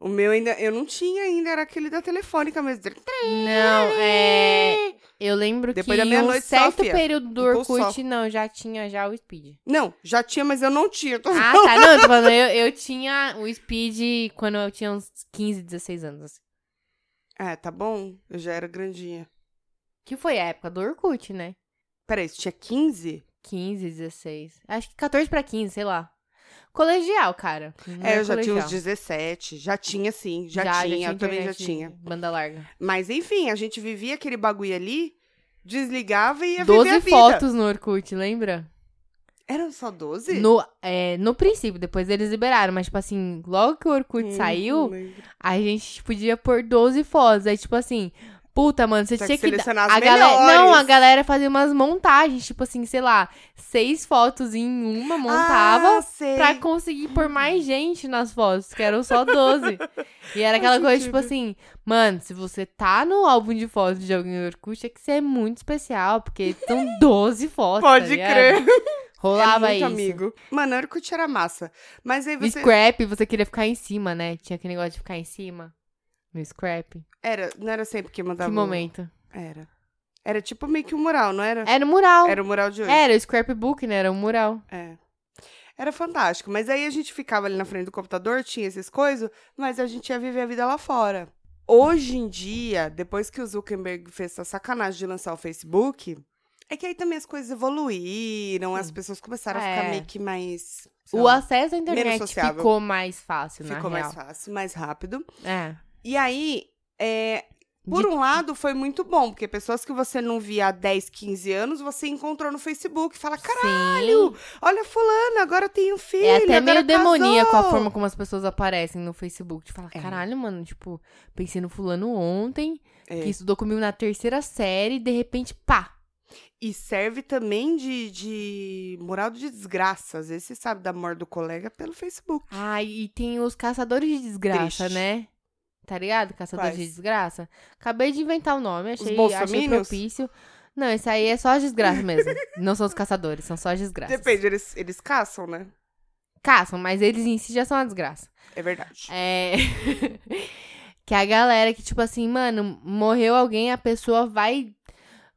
O meu ainda, eu não tinha ainda, era aquele da telefônica mesmo.
Não, é. Eu lembro
Depois
que
da
um
meia-noite só,
certo
fia.
período do
Um pulso
Orkut, não, já tinha já o Speed.
Não, já tinha, mas eu não tinha. Eu tô-
Ah, tá, não, eu tô falando, eu, eu tinha o Speed quando eu tinha uns 15, 16 anos. assim.
É, tá bom, eu já era grandinha.
Que foi a época do Orkut, né?
Peraí, você tinha 15?
15, 16. Acho que 14 pra 15, sei lá. Colegial, cara. Não
é, eu já
colegial.
tinha uns 17, já tinha sim, já, tinha, eu também já
internet,
tinha.
Banda larga.
Mas enfim, a gente vivia aquele bagulho ali, desligava e ia viver a
12
vida.
fotos no Orkut, lembra?
Eram só 12?
No, é, no princípio, depois eles liberaram, mas, tipo assim, logo que o Orkut
Hum, não
saiu,
lembro.
a gente podia pôr 12 fotos. Aí, tipo assim, puta, mano, você
Tinha
tinha
que
que. dar-
selecionar as
a galera, não, a
melhores.
galera fazia umas montagens, tipo assim, sei lá, seis fotos em uma, montava.
Ah, sei.
Pra conseguir pôr mais gente nas fotos, que eram só 12. e era aquela
Faz
coisa, tipo
sentido.
assim, mano, se você tá no álbum de fotos de alguém do Orkut, é que você é muito especial, porque são 12 fotos. tá
Pode
ligado?
crer.
Rolava
é muito
isso.
amigo. Mano, Orkut era massa. Mas aí
No
você.
scrap, você queria ficar em cima, né? Tinha aquele negócio de ficar em cima. No scrap.
Era, não era sempre que mandava.
que
o-
momento? É,
Era. Era tipo meio que um mural, não era?
Era o mural. Era,
Era o mural de hoje.
um o scrapbook, né? Era o mural.
É. Era fantástico. Mas aí a gente ficava ali na frente do computador, tinha essas coisas, mas a gente ia viver a vida lá fora. Hoje em dia, depois que o Zuckerberg fez essa sacanagem de lançar o Facebook, é que aí também as coisas evoluíram, as pessoas começaram a
É.
ficar meio que mais. sei
O
lá,
acesso à internet
sociável.
ficou mais fácil, na
ficou mais
real.
fácil, mais rápido.
É.
E aí, é, por um lado, foi muito bom, porque pessoas que você não via há 10, 15 anos, você encontrou no Facebook e fala: Caralho,
Caralho!
olha fulano, agora tem um filho.
É até
agora
meio
casou."
demoníaco a forma como as pessoas aparecem no Facebook. Tipo, fala,
É.
caralho, mano, tipo, pensei no fulano ontem,
É.
que estudou comigo na terceira série, e de repente, pá!
E serve também de, de moral de desgraça. Às vezes você sabe da morte do colega pelo Facebook.
Ah, e tem os caçadores de desgraça,
Triste.
né? Tá ligado? Caçadores
Quais?
de desgraça. Acabei de inventar o nome, achei, achei
bolsominions?
propício. Não, isso aí é só as desgraças mesmo. Não são os caçadores, são só as desgraças.
Depende, eles, eles caçam, né?
Caçam, mas eles em si já são a desgraça.
É verdade.
É. que a galera que, tipo assim, mano, morreu alguém, a pessoa vai.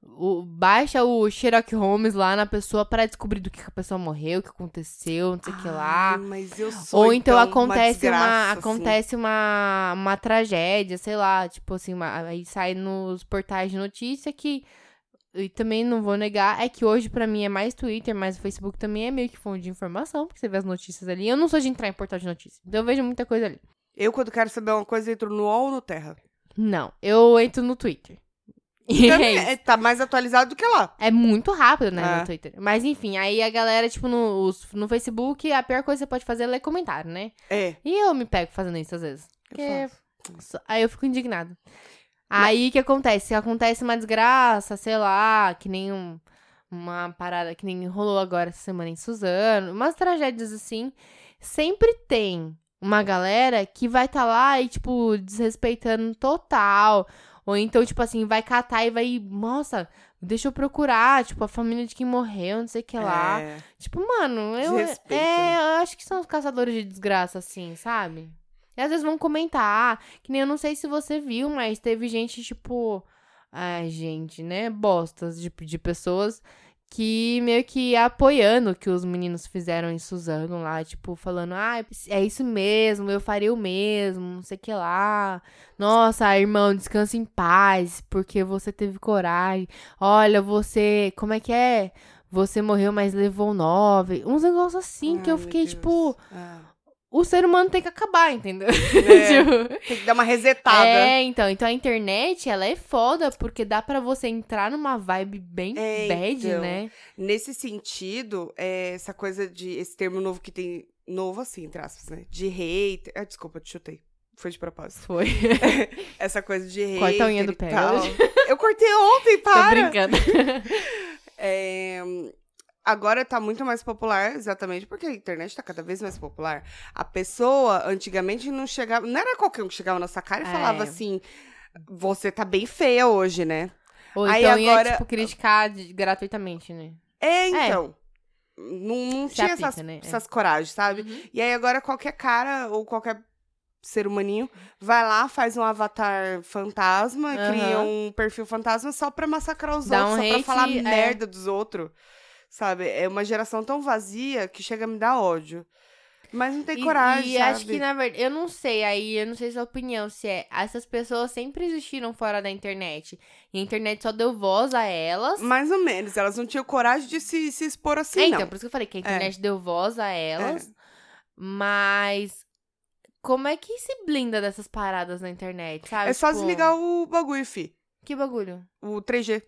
o- baixa o Sherlock Holmes lá na pessoa pra descobrir do que, que a pessoa morreu, o que aconteceu, não sei o que
Ai,
lá.
Mas eu sou,
Ou então,
uma,
acontece,
desgraça,
uma,
assim.
acontece uma, uma tragédia, sei lá, tipo assim, uma- aí sai nos portais de notícia que. E também não vou negar, é que hoje pra mim é mais Twitter, mas o Facebook também é meio que fonte de informação, porque você vê as notícias ali. Eu não sou de entrar em portal de notícias, então eu vejo muita coisa ali.
Eu, quando quero saber uma coisa, entro no UOL ou no Terra.
Não, eu entro no Twitter. E é,
Também,
isso.
é, tá mais atualizado do que lá.
É muito rápido, né,
Ah.
no Twitter. Mas enfim, aí a galera, tipo, no, os- no Facebook, a pior coisa que você pode fazer é ler comentário, né?
É.
E eu me pego fazendo isso às vezes. Porque-
faço.
só- Aí eu fico indignada. Aí o que acontece? Se acontece uma desgraça, sei lá, que nem um- uma parada que nem rolou agora essa semana em Suzano, umas tragédias assim, sempre tem uma galera que vai tá lá e, tipo, desrespeitando total. Ou então, tipo assim, vai catar e vai, nossa, deixa eu procurar, tipo, a família de quem morreu, não sei o que lá.
É.
Tipo, mano, eu.
Desrespeito,
É,
né?
eu acho que são os caçadores de desgraça, assim, sabe? E às vezes vão comentar. Que nem eu não sei se você viu, mas teve gente, tipo. Ai, gente, né? Bostas de, de pessoas que meio que apoiando o que os meninos fizeram em Suzano lá, tipo, falando, ah, é isso mesmo, eu faria o mesmo, não sei o que lá. Nossa, irmão, descansa em paz, porque você teve coragem. Olha, você. Como é que é? Você morreu, mas levou nove. Uns negócios assim que
Ai,
eu fiquei,
meu
tipo,
Deus. Ah.
o ser humano tem que acabar, entendeu?
É,
Tipo,
tem que dar uma resetada.
é, então, então a internet, ela é foda, porque dá pra você entrar numa vibe bem
É,
bad,
então.
né?
Nesse sentido, é, essa coisa de. Esse termo novo que tem. Novo assim, entre aspas, né? De hater. Ah, desculpa, te chutei. Foi de propósito.
Foi.
Essa coisa de hater.
Corta a unha do
e
pé
tal. Eu cortei ontem, para!
Tô brincando.
É, agora tá muito mais popular, exatamente porque a internet tá cada vez mais popular. A pessoa, antigamente, não chegava. Não era qualquer um que chegava na sua cara e
É.
falava assim: você tá bem feia hoje, né?
Ou
Aí
então ia,
agora-
tipo, criticar de- gratuitamente, né?
É, então. Não, não
Se
tinha
aplica,
essas,
né? É. Uhum.
essas coragens, sabe? E aí agora qualquer cara ou qualquer ser humaninho vai lá, faz um avatar fantasma,
Aham.
cria um perfil fantasma só pra massacrar os
Dá
outros,
um
só
hate,
pra falar
é.
merda dos outros. Sabe? É uma geração tão vazia que chega a me dar ódio. Mas não tem
E-
coragem,
E
sabe?
acho que, na verdade, eu não sei aí, eu não sei sua opinião, se é. Essas pessoas sempre existiram fora da internet. E a internet só deu voz a elas.
Mais ou menos, elas não tinham coragem de se, se expor
é,
assim, não. É.
então, por isso que eu falei que a internet deu voz a elas. Mas. Como é que se blinda dessas paradas na internet, sabe?
é só
Tipo,
desligar o bagulho, fi.
Que bagulho?
O 3G.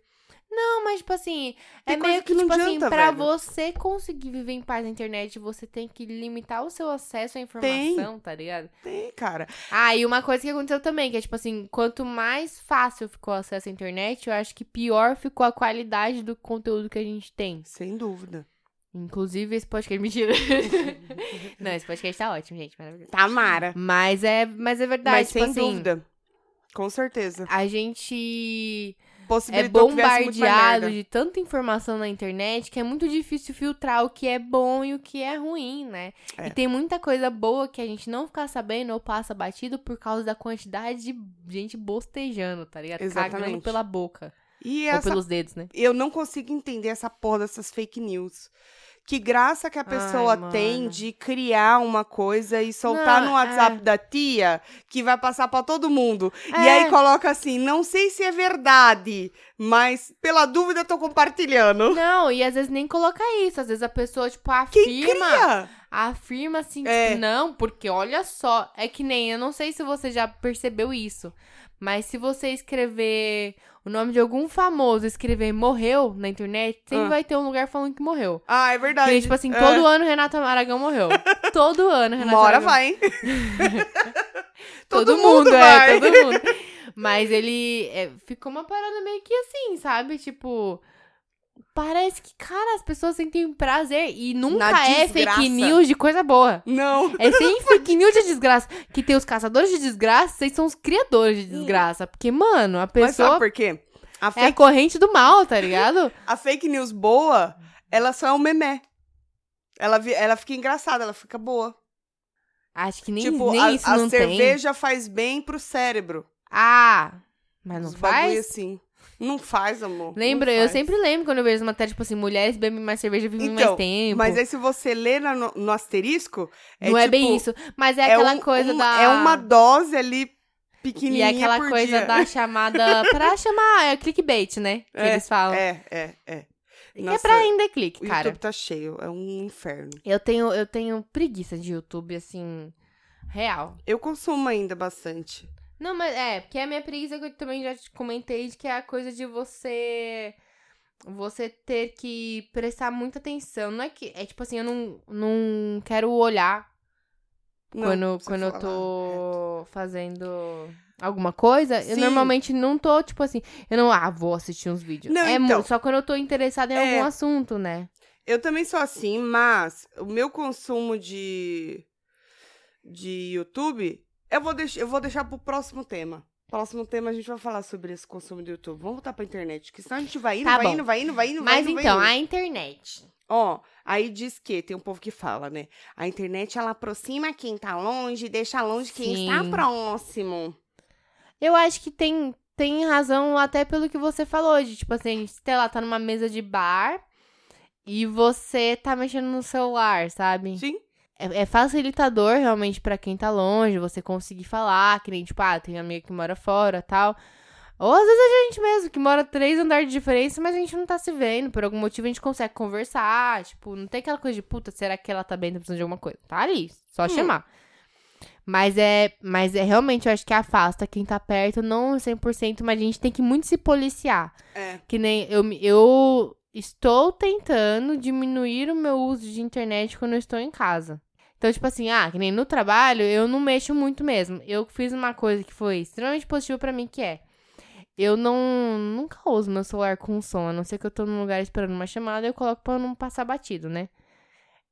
Não, mas, tipo assim, é
Tem coisa
meio que,
que não
tipo assim,
adianta,
pra
velho.
você conseguir viver em paz na internet, você tem que limitar o seu acesso à informação, tá ligado?
Tem, cara.
Ah, e uma coisa que aconteceu também, que é tipo assim, quanto mais fácil ficou o acesso à internet, eu acho que pior ficou a qualidade do conteúdo que a gente tem.
Sem dúvida.
Inclusive esse podcast, mentira. Não, esse podcast tá ótimo, gente, maravilhoso.
Tamara.
Mas é, mas é verdade,
Mas
tipo
sem
assim,
dúvida. Com certeza.
a gente é
possibilitou que viesse muito mais
bombardeado
merda.
de tanta informação na internet que é muito difícil filtrar o que é bom e o que é ruim, né?
É.
E tem muita coisa boa que a gente não fica sabendo ou passa batido por causa da quantidade de gente bostejando, tá ligado? Cagando
Exatamente.
pela boca.
E
Ou
essa...
pelos dedos, né?
eu não consigo entender essa porra dessas fake news. Que graça que a pessoa
mano.
tem de criar uma coisa e soltar
Não,
no WhatsApp
é.
da tia, que vai passar pra todo mundo. E
É.
aí coloca assim, não sei se é verdade, mas pela dúvida tô compartilhando.
Não, e às vezes nem coloca isso. Às vezes a pessoa, tipo,
Quem
afirma.
cria?
Afirma assim,
É.
tipo, não, porque olha só, é que nem, eu não sei se você já percebeu isso, mas se você escrever o nome de algum famoso, escrever morreu na internet, sempre
Ah.
vai ter um lugar falando que morreu.
Ah, é
Que,
verdade.
nem, tipo assim,
É.
todo ano Renato Aragão morreu. Todo ano Renato
Uma hora
Aragão.
vai, hein?
Todo, mundo, é, todo mundo. Mas ele é, ficou uma parada meio que assim, sabe? Tipo, parece que, cara, as pessoas sentem prazer e nunca
Na
é
desgraça.
fake news de coisa boa.
Não.
É sem fake news de desgraça. Que tem os caçadores de desgraça, vocês são os criadores de desgraça. Porque, mano, a
Mas sabe
pessoa
por quê?
é
A
a
fake,
corrente do mal, tá ligado?
a fake news boa, ela só é um memé. Ela, vi- ela fica engraçada, ela fica boa.
Acho que nem,
tipo,
nem
a,
isso
a
não tem.
cerveja faz bem pro cérebro.
Ah, mas não
Os
faz?
bagulho assim. Não faz, amor. não
Lembra? Eu
faz.
sempre lembro quando eu vejo uma tela, tipo assim, mulheres bebem mais cerveja, vivem mais
Então,
tempo.
Mas aí se você lê na- no, no asterisco, é
não é bem
tipo,
isso. Mas é aquela
um-
coisa
um-
da...
É uma dose ali
E
pequenininha
é aquela
por
coisa
dia.
da chamada... pra chamar... É clickbait, né? Que
É,
eles falam.
É, é, é.
que é
Nossa,
pra render clique,
O
cara.
YouTube tá cheio, é um inferno.
Eu tenho, eu tenho preguiça de YouTube, assim, real.
Eu consumo ainda bastante.
Não, mas é, porque a minha preguiça que eu também já te comentei, de que é a coisa de você. Você ter que prestar muita atenção. Não é que. É tipo assim, eu não, não quero olhar
Não,
quando,
você
quando eu
fala,
tô fazendo alguma coisa. Eu
Sim.
normalmente não tô, tipo assim, eu não, ah, vou assistir uns vídeos.
Não,
é
então.
mu- só quando eu tô interessada em
É.
algum assunto, né?
Eu também sou assim, mas o meu consumo de de YouTube, eu vou deixar, eu vou deixar pro próximo tema. Próximo tema a gente vai falar sobre esse consumo do YouTube. Vamos voltar pra internet, que senão a gente vai indo,
Tá
vai,
bom.
indo vai indo, vai indo, vai
Mas
indo, vai
então,
indo.
a internet.
Ó, aí diz que, tem um povo que fala, né? A internet, ela aproxima quem tá longe e deixa longe quem está
Sim.
próximo.
Eu acho que tem, tem razão até pelo que você falou, de tipo assim, sei lá, tá numa mesa de bar e você tá mexendo no celular, sabe?
Sim.
É, é facilitador realmente pra quem tá longe, você conseguir falar, que nem tipo, ah, tem amiga que mora fora tal. Ou às vezes a gente mesmo, que mora três andares de diferença, mas a gente não tá se vendo. Por algum motivo a gente consegue conversar. Tipo, não tem aquela coisa de puta, será que ela tá bem, tá precisando de alguma coisa? Tá ali, só chamar. Mas é, mas é realmente, eu acho que afasta quem tá perto, não 100%, mas a gente tem que muito se policiar.
É.
Que nem eu, me- eu estou tentando diminuir o meu uso de internet quando eu estou em casa. Então, tipo assim, ah, que nem no trabalho, eu não mexo muito mesmo. Eu fiz uma coisa que foi extremamente positiva pra mim, que é. Eu não nunca uso meu celular com som, a não ser que eu tô num lugar esperando uma chamada, eu coloco pra não passar batido, né?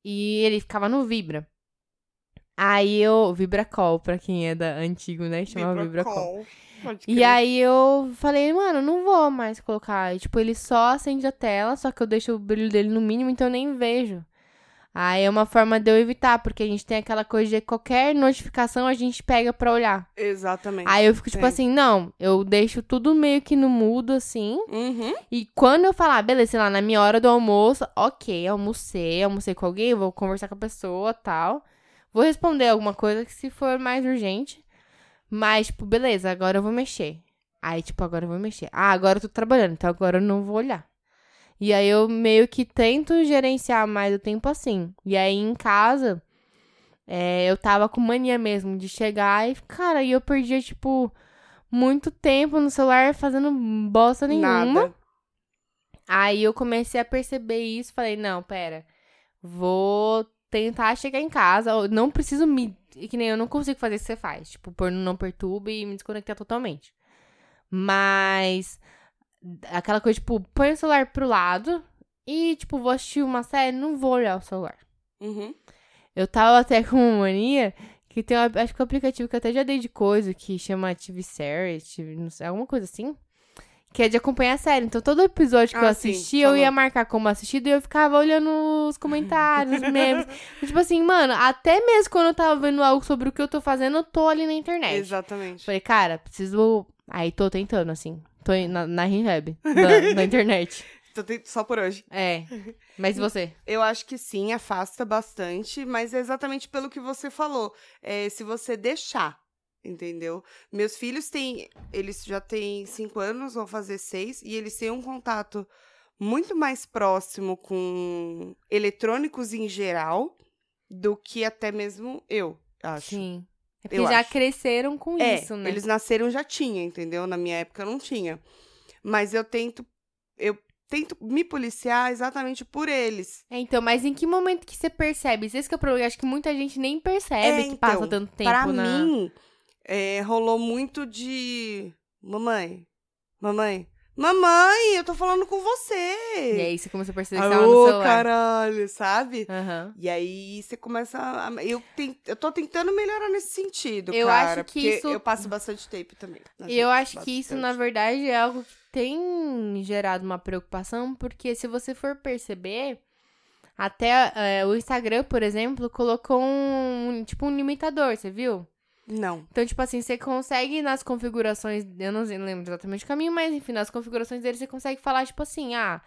E ele ficava no Vibra. Aí eu. Vibra Call, pra quem é da antigo, né? Chamava Vibra Call.
Vibracol. Pode
E
crer.
aí eu falei, mano, não vou mais colocar. E, tipo, ele só acende a tela, só que eu deixo o brilho dele no mínimo, então eu nem vejo. Aí é uma forma de eu evitar, porque a gente tem aquela coisa de qualquer notificação a gente pega pra olhar.
Exatamente.
Aí eu fico tipo
Sim.
assim, não, eu deixo tudo meio que no mudo, assim.
Uhum.
E quando eu falar, "Ah, beleza, sei lá, na minha hora do almoço, ok, almocei, almocei com alguém, vou conversar com a pessoa tal. Vou responder alguma coisa que se for mais urgente. Mas, tipo, beleza, agora eu vou mexer. Aí, tipo, agora eu vou mexer. Ah, agora eu tô trabalhando, então agora eu não vou olhar. E aí eu meio que tento gerenciar mais o tempo assim. E aí em casa, é, eu tava com mania mesmo de chegar e, cara, e eu perdia, tipo, muito tempo no celular fazendo bosta nenhuma.
Nada.
Aí eu comecei a perceber isso, falei, não, pera, vou tentar chegar em casa, ou não preciso me, e que nem eu não consigo fazer isso que você faz, tipo, pôr no não perturbe e me desconectar totalmente. Mas aquela coisa tipo, põe o celular pro lado e tipo, vou assistir uma série, não vou olhar o celular.
Uhum.
Eu tava até com uma mania que tem, um ap- acho que um aplicativo que eu até já dei de coisa, que chama TV Series, TV, não sei, alguma coisa assim. Que é de acompanhar a série. Então, todo episódio que eu
Ah, sim,
assisti, eu ia
falou.
marcar como assistido e eu ficava olhando os comentários, os memes. tipo assim, mano, até mesmo quando eu tava vendo algo sobre o que eu tô fazendo, eu tô ali na internet.
Exatamente.
Falei, cara, preciso. Aí tô tentando, assim. Tô em- na, na rehab da, da internet.
Então tem- Só por hoje.
É. Mas e você?
Eu acho que sim, afasta bastante, mas é exatamente pelo que você falou. É, se você deixar, entendeu? Meus filhos têm. Eles já têm cinco anos, vão fazer seis, e eles têm um contato muito mais próximo com eletrônicos em geral do que até mesmo eu, acho.
Sim. É porque
Eu
já
acho.
cresceram com
É,
isso, né?
Eles nasceram já tinha, entendeu? Na minha época não tinha. Mas eu tento. Eu tento me policiar exatamente por eles.
É, então, mas em que momento que você percebe? Isso que é o problema. Acho que muita gente nem percebe
É,
que
então,
passa tanto tempo né?
Pra
na...
mim, é, rolou muito de. Mamãe, mamãe, mamãe, eu tô falando com você.
E aí você começa a perceber que tava no
Ô,
celular.
caralho, sabe?
Aham.
E aí você começa a. Eu, ten- eu tô tentando melhorar nesse sentido,
Eu
cara.
acho que
porque
isso-
Eu passo bastante tempo também. na
E eu
gente,
acho que isso, na
bastante.
verdade, é algo que tem gerado uma preocupação, porque se você for perceber, até é, o Instagram, por exemplo, colocou um tipo um limitador, você viu?
Não.
Então, tipo assim, você consegue nas configurações, eu não sei- não lembro exatamente o caminho, mas enfim, nas configurações dele você consegue falar, tipo assim, ah,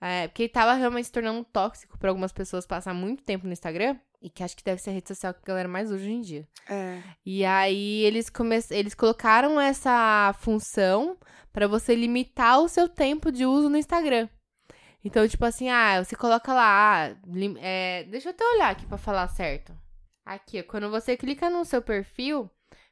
é, porque tava realmente se tornando tóxico pra algumas pessoas passar muito tempo no Instagram, e que acho que deve ser a rede social que a galera mais usa hoje em dia.
É.
E aí eles, come... eles colocaram essa função pra você limitar o seu tempo de uso no Instagram. Então, tipo assim, ah, você coloca lá. ah, lim- é, Deixa eu até olhar aqui pra falar certo. Aqui, ó, quando você clica no seu perfil,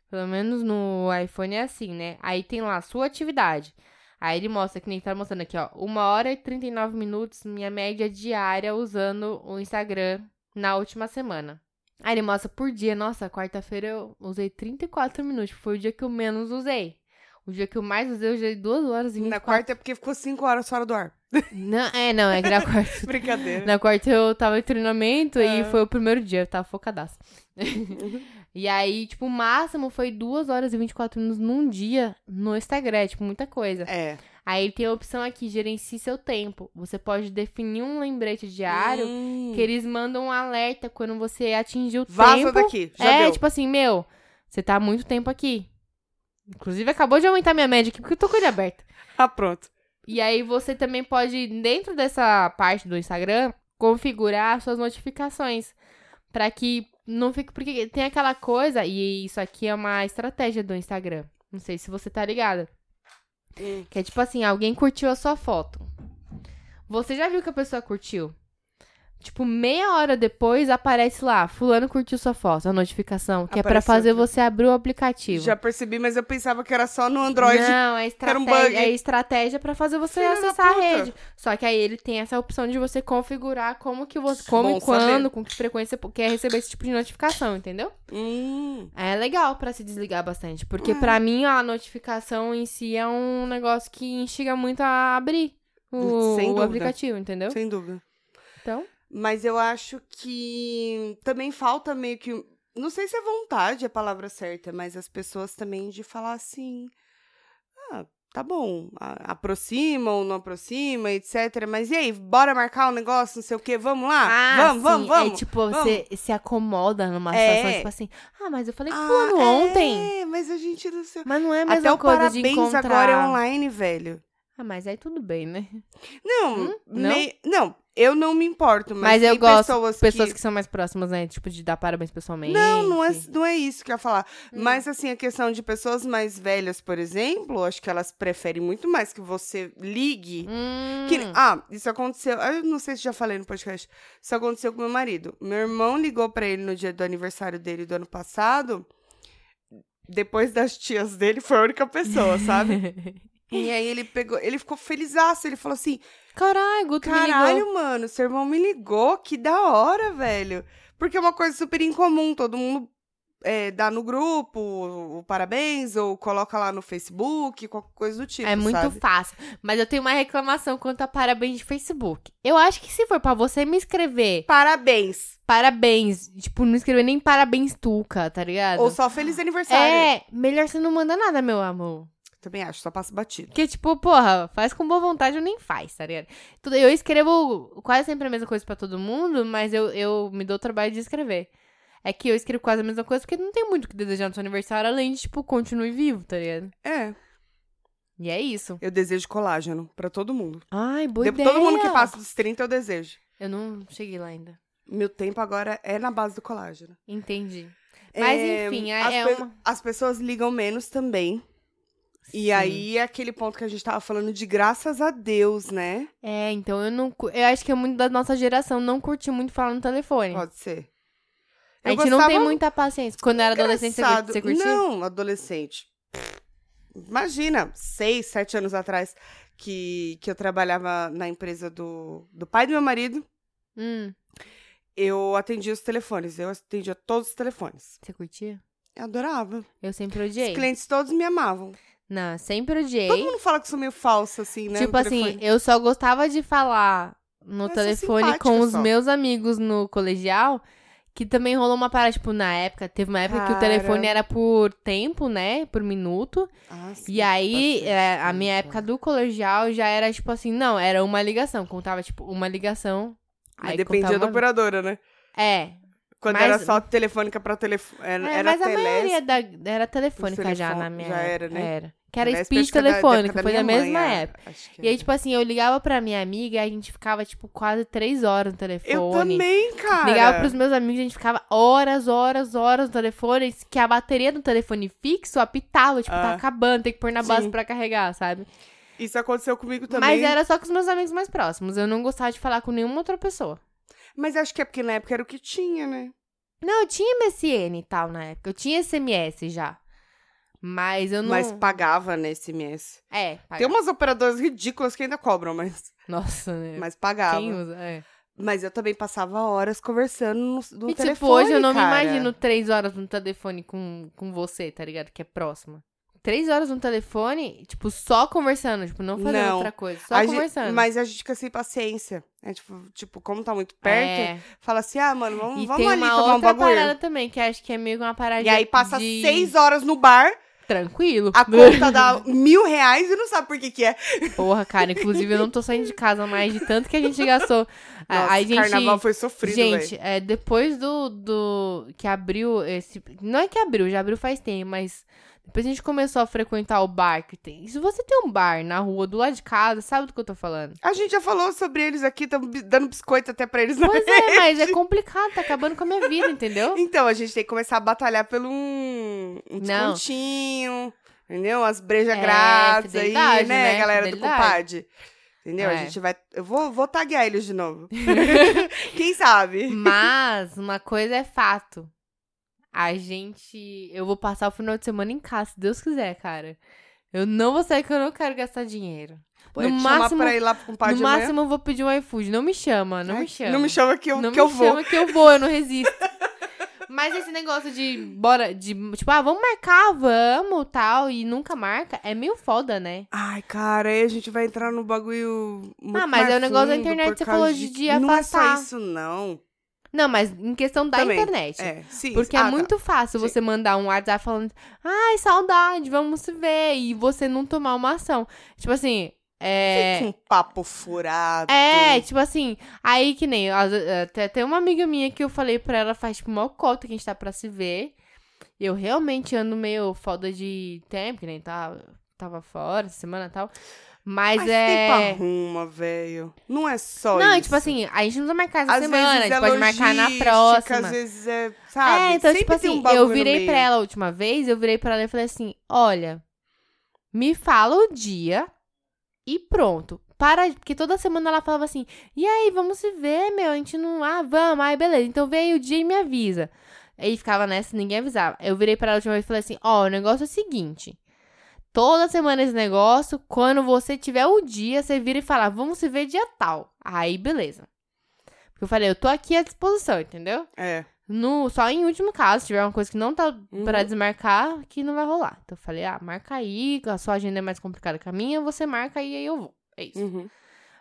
pelo menos no iPhone é assim, né? Aí tem lá a sua atividade. Aí ele mostra, que nem tá mostrando aqui, ó, 1 hora e 39 minutos, minha média diária usando o Instagram na última semana. Aí ele mostra por dia. Nossa, quarta-feira eu usei 34 minutos. tipo, Foi o dia que eu menos usei. O dia que eu mais usei, eu usei 2 horas e
Na
24
quarta é porque ficou cinco horas fora do ar.
não, é, não, é que na quarta.
Brincadeira.
Na quarta eu tava em treinamento e
Ah.
foi o primeiro dia, eu tava focadaço. e aí, tipo, o máximo foi 2 horas e 24 minutos num dia no Instagram, é, tipo, muita coisa.
É.
Aí tem a opção aqui, gerencie seu tempo. Você pode definir um lembrete diário
Hum.
que eles mandam um alerta quando você atingir o
Vaza
tempo.
daqui. Já
é,
deu.
tipo assim, meu, você tá há muito tempo aqui. Inclusive, acabou de aumentar minha média aqui porque eu tô com ele aberto.
Ah, pronto.
E aí você também pode, dentro dessa parte do Instagram, configurar suas notificações. Pra que não fique. Porque tem aquela coisa, e isso aqui é uma estratégia do Instagram. Não sei se você tá ligada.
Hum.
Que é tipo assim: alguém curtiu a sua foto. Você já viu que a pessoa curtiu? Tipo, meia hora depois aparece lá: Fulano curtiu sua foto, a notificação. Que é pra
Apareceu
fazer
aqui.
você abrir o aplicativo.
Já percebi, mas eu pensava que era só no Android.
Não, é
era um
estratégia,
bug.
é estratégia para fazer você
Filha da
acessar a
puta.
rede. Só que aí ele tem essa opção de você configurar como que você, como
Bom
e quando,
saber.
com que frequência você quer receber esse tipo de notificação, entendeu?
Hum.
É legal pra se desligar bastante, porque
Ah.
pra mim a notificação em si é um negócio que instiga muito a abrir o,
Sem
o
dúvida.
aplicativo, entendeu?
Sem dúvida.
Então,
Mas eu acho que também falta meio que. Não sei se é vontade a palavra certa, mas as pessoas também de falar assim. Ah, tá bom. a- aproxima ou não aproxima, etc. Mas e aí, bora marcar o negócio, não sei o quê, vamos lá? Ah, vamos, vamos,
sim,
vamos.
É tipo, você se acomoda numa
É.
situação, tipo assim, ah, mas eu falei que
Ah,
fulano ontem.
É, mas a gente do céu.
Mas não é a mesma
Até o
coisa
parabéns
de encontrar...
agora é online, velho.
Ah, mas aí tudo bem, né?
Não,
Hum? Não?
mei- não, eu não me importo, mas,
Mas eu
tem
gosto
pessoas,
Pessoas
que
que... são mais próximas, né? Tipo, de dar parabéns pessoalmente.
Não, não é, não é isso que eu ia falar.
Hum.
Mas, assim, a questão de pessoas mais velhas, por exemplo, acho que elas preferem muito mais que você ligue.
Hum,
Que- ah, isso aconteceu. ah, Eu não sei se já falei no podcast. Isso aconteceu com meu marido. Meu irmão ligou pra ele no dia do aniversário dele do ano passado. Depois das tias dele, foi a única pessoa, sabe? e aí ele pegou. Ele ficou felizaço. Ele falou assim:
Caralho, Guto me ligou.
Caralho, mano, seu irmão me ligou, que da hora, velho. Porque é uma coisa super incomum, todo mundo é, dá no grupo o parabéns ou coloca lá no Facebook, qualquer coisa do tipo,
É muito
sabe?
fácil. Mas eu tenho uma reclamação quanto a parabéns de Facebook. Eu acho que se for pra você me escrever
Parabéns.
parabéns, tipo, não escrever nem parabéns tuca, tá ligado?
Ou só feliz aniversário.
é, melhor você não manda nada, meu amor.
Também acho, só passa batido.
Porque, tipo, porra, faz com boa vontade ou nem faz, tá ligado? Tudo- Eu escrevo quase sempre a mesma coisa pra todo mundo, mas eu, eu me dou o trabalho de escrever. É que eu escrevo quase a mesma coisa porque não tem muito o que desejar no seu aniversário, além de, tipo, continue vivo, tá ligado?
É.
E é isso.
Eu desejo colágeno pra todo mundo.
Ai, boa
De-
ideia.
Todo mundo que passa dos 30 eu desejo.
Eu não cheguei lá ainda.
Meu tempo agora é na base do colágeno.
Entendi. Mas,
É,
enfim,
as,
é, é
pe-
uma...
as pessoas ligam menos também. E
Sim.
aí é aquele ponto que a gente tava falando de graças a Deus, né?
É, então eu não... cu- Eu acho que é muito da nossa geração não curti muito falar no telefone.
Pode ser.
a
Eu
gente não tem
gostava
muita paciência. Quando eu era adolescente, você cur-
Engraçado.
você curtia?
Não, adolescente. Imagina, seis, sete anos atrás, que, que eu trabalhava na empresa do, do pai do meu marido,
Hum,
eu atendia os telefones, eu atendia todos os telefones.
você curtia?
Eu adorava.
Eu sempre odiei.
Os clientes todos me amavam.
Não, sempre odiei.
Todo mundo fala que sou meio falsa, assim, né? no
tipo assim,
telefone.
eu só gostava de falar no
Mas sou
telefone
simpática
com os
só.
meus amigos no colegial, que também rolou uma parada, tipo, na época, teve uma época que o
Cara.
telefone era por tempo, né, por minuto,
Ah, sim,
e aí
bastante, né.
é, a
sim,
minha
claro.
época do colegial já era, tipo assim, não, era uma ligação, contava, tipo, uma ligação,
Mas
aí
dependia
contava
da
uma-
operadora, né?
é,
Quando
Mas-
era só telefônica pra telefone. Era,
É,
era
mas
Telesp.
a maioria da- era telefônica já
telefone-
na minha
já
época.
era, né?
Era. Que era
Telesp,
speed
acho que é da- da época
telefônica, foi da
minha mãe,
mesma
é,
época.
acho que
E aí,
é.
tipo assim, eu ligava pra minha amiga e a gente ficava, tipo, quase três horas no telefone.
Eu também, cara.
Ligava pros meus amigos, a gente ficava horas, horas, horas no telefone, que a bateria do telefone fixo apitava, tipo, tá
Ah.
acabando, tem que pôr na base
Sim.
pra carregar, sabe?
Isso aconteceu comigo também.
Mas era só com os meus amigos mais próximos, eu não gostava de falar com nenhuma outra pessoa.
Mas acho que é porque na época era o que tinha, né?
Não, eu tinha MSN e tal na época, eu tinha SMS já. Mas eu não...
Mas pagava né, SMS.
É,
Tem umas operadoras ridículas que ainda cobram, mas,
Nossa, né?
mas pagava.
Quem usa? É.
Mas eu também passava horas conversando no, no
e
telefone,
tipo, hoje eu não
cara.
me imagino três horas no telefone com, com você, tá ligado? Que é próxima. Três horas no telefone, tipo, só conversando, tipo, não fazendo
Não.
outra coisa, só
A gente-
conversando.
mas a gente fica sem paciência. É tipo, tipo, como tá muito perto,
É.
fala assim, ah, mano, vamos,
E
vamos
tem
ali
uma
tomar um
outra
bagulho.
parada também, que acho que é meio que uma parada
E aí passa
de...
seis horas no bar,
Tranquilo.
a conta dá mil reais e não sabe por que que é.
Porra, cara, inclusive eu não tô saindo de casa mais de tanto que a gente gastou. É, A-
Nossa,
a gente...
carnaval foi sofrido, velho.
Gente, é, depois do, do. Que abriu esse. Não é que abriu, já abriu faz tempo, mas. Depois a gente começou a frequentar o bar que tem. Se você tem um bar na rua do lado de casa, sabe do que eu tô falando?
A gente já falou sobre eles aqui, estamos dando biscoito até pra eles. Né?
Pois é, mas é complicado, tá acabando com a minha vida, entendeu?
Então, a gente tem que começar a batalhar pelo um, um
Não.
descontinho, entendeu? As brejas
É,
grátis aí, né,
fidelidade, né?
galera do
Fidelidade.
compadre. Entendeu?
É.
A gente vai... Eu vou, vou taguear eles de novo. Quem sabe?
Mas uma coisa é fato. A gente. Eu vou passar o final de semana em casa, se Deus quiser, cara. Eu não vou sair que eu não quero gastar dinheiro.
Pô,
no
te
máximo-
chamar pra ir lá pro compadre
no
amanhã?
máximo eu vou pedir um iFood. Não me chama, não
Ai,
me chama.
Não me chama que eu,
não
que
me
eu vou.
chama que eu vou, eu não resisto. Mas esse negócio de bora, de tipo, ah, vamos marcar, vamos, tal, e nunca marca, é meio foda, né?
Ai, cara, aí a gente vai entrar no bagulho muito
Ah, mas
mais
é o negócio da
fundo
internet,
por
você
causa
falou de- de
Não é só
afastar.
isso, não.
Não, mas em questão da
Também,
internet.
É, sim.
Porque
Ah,
é
tá.
muito fácil
Sim.
você mandar um WhatsApp falando, ai, saudade, vamos se ver, e você não tomar uma ação. Tipo assim, é.
Fica um papo furado.
É, tipo assim, aí que nem. às ve- eh, Até tem uma amiga minha que eu falei pra ela faz tipo uma cota que a gente tá pra se ver. Eu realmente ando meio foda de tempo, que nem tava, tava fora essa semana e tal. Mas,
Mas
é.
tempo arruma, velho. Não é só isso.
não, tipo assim, a gente não vai marcar essa
às
semana, a
vezes
gente
é
pode marcar na
logística,
próxima.
Às vezes é, sabe?
é, então,
Sempre
tipo
tem
assim,
um bagulho
eu
no
virei
meio.
pra ela a última vez, eu virei pra ela e falei assim: olha, me fala o dia e pronto. Para, porque toda semana ela falava assim: e aí, vamos se ver, meu? A gente não. Ah, vamos, ai, beleza. Então vem aí o dia e me avisa. Aí ficava nessa, ninguém avisava. Eu virei pra ela a última vez e falei assim: ó, o negócio é o seguinte. Toda semana esse negócio, quando você tiver o dia, você vira e fala, vamos se ver dia tal. Aí, beleza. Porque eu falei, eu tô aqui à disposição, entendeu?
É.
No, só em último caso, se tiver uma coisa que não tá
Uhum.
pra desmarcar, que não vai rolar. Então eu falei, ah, marca aí, a sua agenda é mais complicada que a minha, você marca aí, aí eu vou. É isso.
Uhum.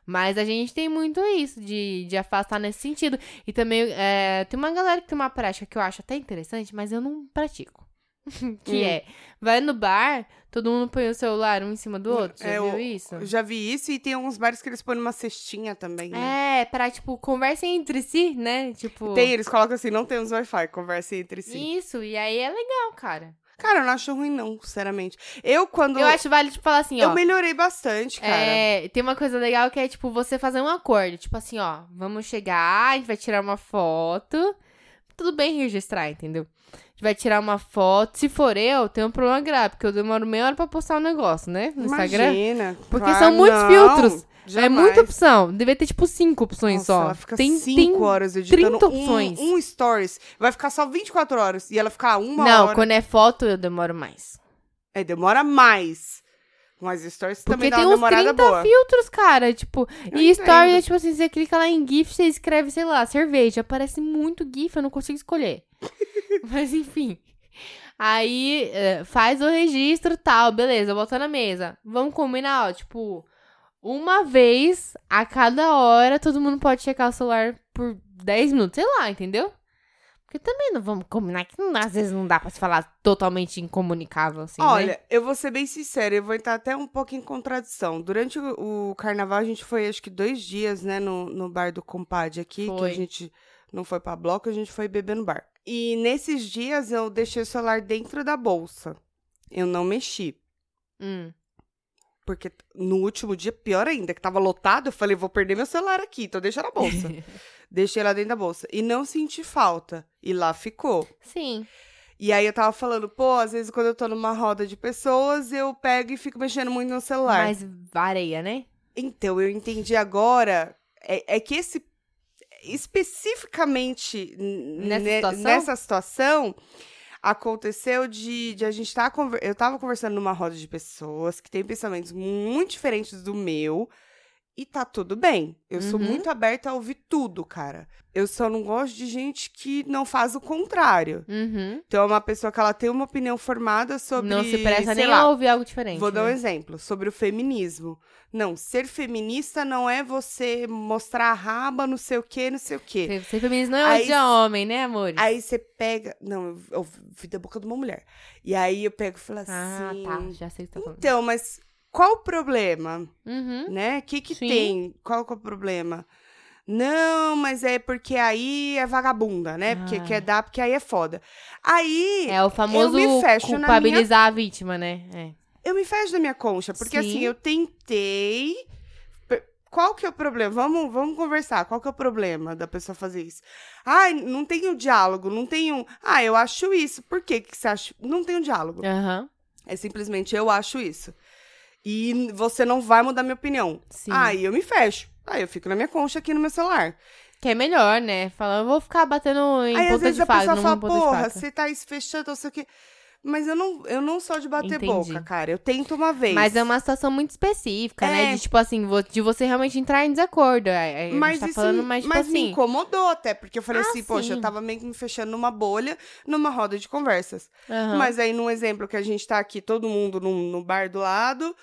Mas a gente tem muito isso de, de afastar nesse sentido. E também é, tem uma galera que tem uma prática que eu acho até interessante, mas eu não pratico. que
Hum.
é, vai no bar, todo mundo põe o celular um em cima do outro. Já
É,
viu
o-
isso?
Eu já vi isso e tem alguns bares que eles põem uma cestinha também, né?
É, pra, tipo, conversem entre si, né? Tipo.
Tem, eles colocam assim, não temos Wi-Fi, conversem entre si.
Isso, e aí é legal, cara.
Cara, eu não acho ruim, não, sinceramente. Eu, quando.
Eu acho válido, tipo, falar assim,
eu
ó.
melhorei bastante, cara.
É, tem uma coisa legal que é, tipo, você fazer um acordo. Tipo assim, ó, vamos chegar, a gente vai tirar uma foto. Tudo bem registrar, entendeu? A gente vai tirar uma foto. Se for eu, tem um problema grave, porque eu demoro meia hora pra postar um negócio, né? No Instagram.
Imagina.
Porque
claro,
são muitos
não,
filtros. É
jamais.
muita opção. Devia ter, tipo, cinco opções
Nossa,
só.
Ela fica
tem,
5
tem...
horas editando
30
um-
opções.
Um, stories. Vai ficar só 24 horas. E ela ficar uma
Não,
hora.
quando é foto, eu demoro mais.
É, demora mais. Mas stories
Porque
também dá
tem
uma
uns
demorada
30
boa.
filtros, cara. Tipo,
Eu
e story
entendo.
é tipo assim, você clica lá em GIF, você escreve, sei lá, cerveja. Aparece muito GIF, eu não consigo escolher. Mas enfim. Aí eh, faz o registro tal, beleza, bota na mesa. Vamos combinar, ó, tipo, uma vez a cada hora todo mundo pode checar o celular por 10 minutos, sei lá, entendeu? Porque também não vamos combinar que não- às vezes não dá pra se falar totalmente incomunicável, assim, né?
Olha, eu vou ser bem sincera, eu vou entrar até um pouco em contradição. Durante o, o carnaval, a gente foi acho que dois dias, né, no, no bar do compadre aqui, que
Foi.
a gente não foi pra bloco, a gente foi beber no bar. E nesses dias eu deixei o celular dentro da bolsa. Eu não mexi.
Hum.
Porque no último dia, pior ainda, que tava lotado, eu falei, vou perder meu celular aqui, então deixa na bolsa. Deixei lá dentro da bolsa. E não senti falta. E lá ficou.
Sim.
E aí eu tava falando, pô, às vezes quando eu tô numa roda de pessoas, eu pego e fico mexendo muito no celular.
Mas areia, né?
Então, eu entendi agora. É, é que esse. Especificamente n-
Nessa
ne-
situação?
nessa situação, aconteceu de, de a gente estar. eu tava conversando numa roda de pessoas que têm pensamentos muito diferentes do meu. E tá tudo bem. Eu sou
Uhum.
muito aberta a ouvir tudo, cara. Eu só não gosto de gente que não faz o contrário.
Uhum.
Então, é uma pessoa que ela tem uma opinião formada sobre.
não se presta
sei
nem
lá,
a ouvir algo diferente.
Vou dar um
né?
exemplo sobre o feminismo. Não, ser feminista não é você mostrar a raba, não sei o quê, não sei o quê.
Ser- Ser feminista não é
Aí
ódio a homem, né, amores?
Aí você pega. Não, eu, eu vi da boca de uma mulher. E aí eu pego e falo
ah,
assim.
tá. Já sei o que tá falando.
Então, mas qual o problema?
Uhum.
Né? O que, que
Sim.
tem? Qual que é o problema? Não, mas é porque aí é vagabunda, né? Porque
Ah.
quer dar, porque aí é foda. Aí
É o famoso
me fecho na
culpabilizar a vítima, né? É.
eu me fecho da minha concha, porque
Sim.
assim, eu tentei. P- Qual que é o problema? Vamos, vamos conversar. Qual que é o problema da pessoa fazer isso? Ai, não tem um diálogo, não tem um. Ah, eu acho isso. Por que que você acha? Não tem um diálogo.
Aham.
É simplesmente eu acho isso. E n- você não vai mudar minha opinião.
Sim.
Aí eu me fecho. Aí eu fico na minha concha aqui no meu celular.
Que é melhor, né? Falar, eu vou ficar batendo em
Aí às
ponta
vezes
de
a
faca,
pessoa
É não
fala,
em ponta de
porra,
faca.
você tá se fechando, não sei o quê. Mas eu não, eu não sou de bater
Entendi.
boca, cara. Eu tento uma vez.
Mas é uma situação muito específica,
É.
né? De tipo assim, vo- de você realmente entrar em desacordo. É, é, a gente
Mas
tá
isso
falando,
me-
mas tipo
mas me
assim.
incomodou até, porque eu falei
Ah,
assim, poxa, eu
sim.
tava meio que me fechando numa bolha, numa roda de conversas.
aham.
Mas aí, num exemplo que a gente tá aqui, todo mundo num, num bar do lado,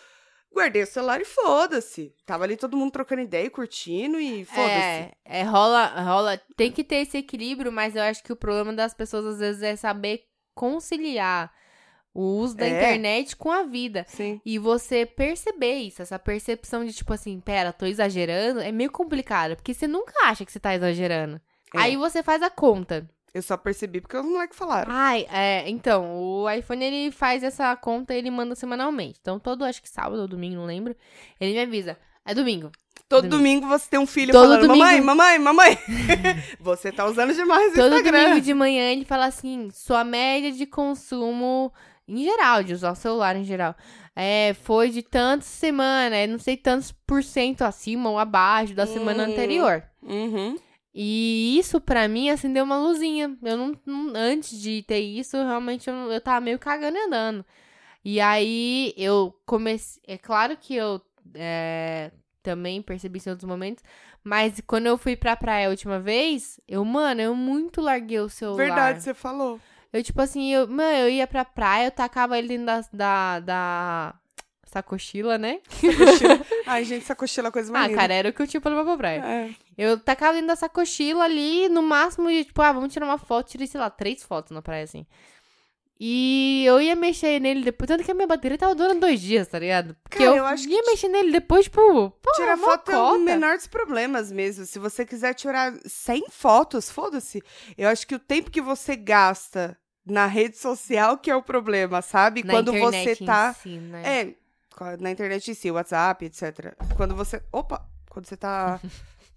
guardei o celular e foda-se. Tava ali todo mundo trocando ideia e curtindo e foda-se.
É, é, rola, rola. Tem que ter esse equilíbrio, mas eu acho que o problema das pessoas às vezes é saber conciliar o uso da
É.
internet com a vida.
Sim.
E você perceber isso, essa percepção de tipo assim, pera, tô exagerando, é meio complicado, porque você nunca acha que você tá exagerando.
É.
Aí você faz a conta.
Eu só percebi porque os moleques falaram.
Ai, é, então, o iPhone ele faz essa conta, ele manda semanalmente. Então, todo, acho que sábado ou domingo, não lembro, ele me avisa. É domingo.
Todo
domingo.
domingo você tem um filho
Todo
falando,
domingo-
mamãe, mamãe, mamãe. você tá usando demais o
Todo
Instagram.
domingo de manhã ele fala assim: sua média de consumo em geral, de usar o celular em geral, é, foi de tantas semanas, é, não sei tantos por cento acima ou abaixo da semana
Hum.
anterior.
Uhum.
E isso pra mim acendeu uma luzinha. Eu não, não- antes de ter isso, eu realmente eu, eu tava meio cagando e andando. E aí eu comecei, é claro que eu é, também percebi isso em outros momentos, mas quando eu fui pra praia a última vez, eu, mano, eu muito larguei o celular.
Verdade, você falou.
Eu, tipo assim, eu, mano, eu ia pra praia, eu tacava ele dentro da, da, da sacochila, né?
Sacochila. Ai, gente, essa cochila é a coisa mais
Ah,
linda.
cara, era o que eu tinha pra levar pra praia.
É.
Eu tacava dentro dessa cochila ali, no máximo, e tipo, ah, vamos tirar uma foto. Tirei, sei lá, três fotos na praia, assim. E eu ia mexer nele depois. Tanto que a minha bateria tava durando dois dias, tá ligado? Porque
Cara,
eu,
eu acho que
ia mexer nele depois, tipo, pô,
Tirar
mó
foto é o
cota.
menor dos problemas mesmo. Se você quiser tirar 100 fotos, foda-se. Eu acho que o tempo que você gasta na rede social que é o problema, sabe?
Na
Quando
internet
você tá.
Em si, né?
É, co- na internet em si, WhatsApp, etc. Quando você. Opa! Quando você tá.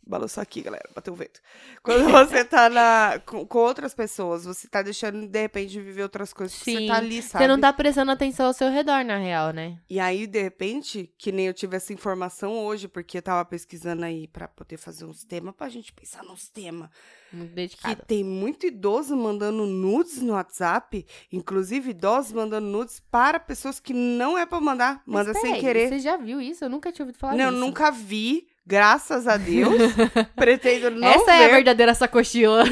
Balançou aqui, galera, bateu o vento. Quando você tá na, com, com outras pessoas, você tá deixando, de repente, de viver outras coisas que você
Sim.
tá ali, sabe?
Você não tá prestando atenção ao seu redor, na real, né?
E aí, de repente, que nem eu tive essa informação hoje, porque eu tava pesquisando aí pra poder fazer uns temas, pra gente pensar nos temas.
Muito
Que
dedicado.
tem muito idoso mandando nudes no WhatsApp, inclusive idosos mandando nudes para pessoas que não é pra mandar, manda
Mas
sem
peraí,
querer.
Você já viu isso? Eu nunca tinha ouvido falar
Não,
disso.
nunca vi, graças a Deus. Pretendo não
Essa é a
ver.
verdadeira sacochila.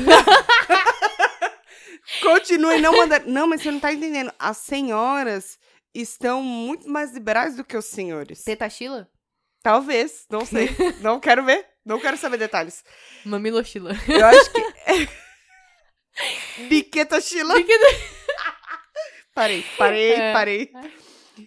Continue não mandando. Não, mas você não tá entendendo. As senhoras estão muito mais liberais do que os senhores.
Tetachila?
Talvez, não sei. não quero ver. Não quero saber detalhes.
Mamilochila.
Eu acho que. Biqueta Sheila. Parei, parei,
É.
parei.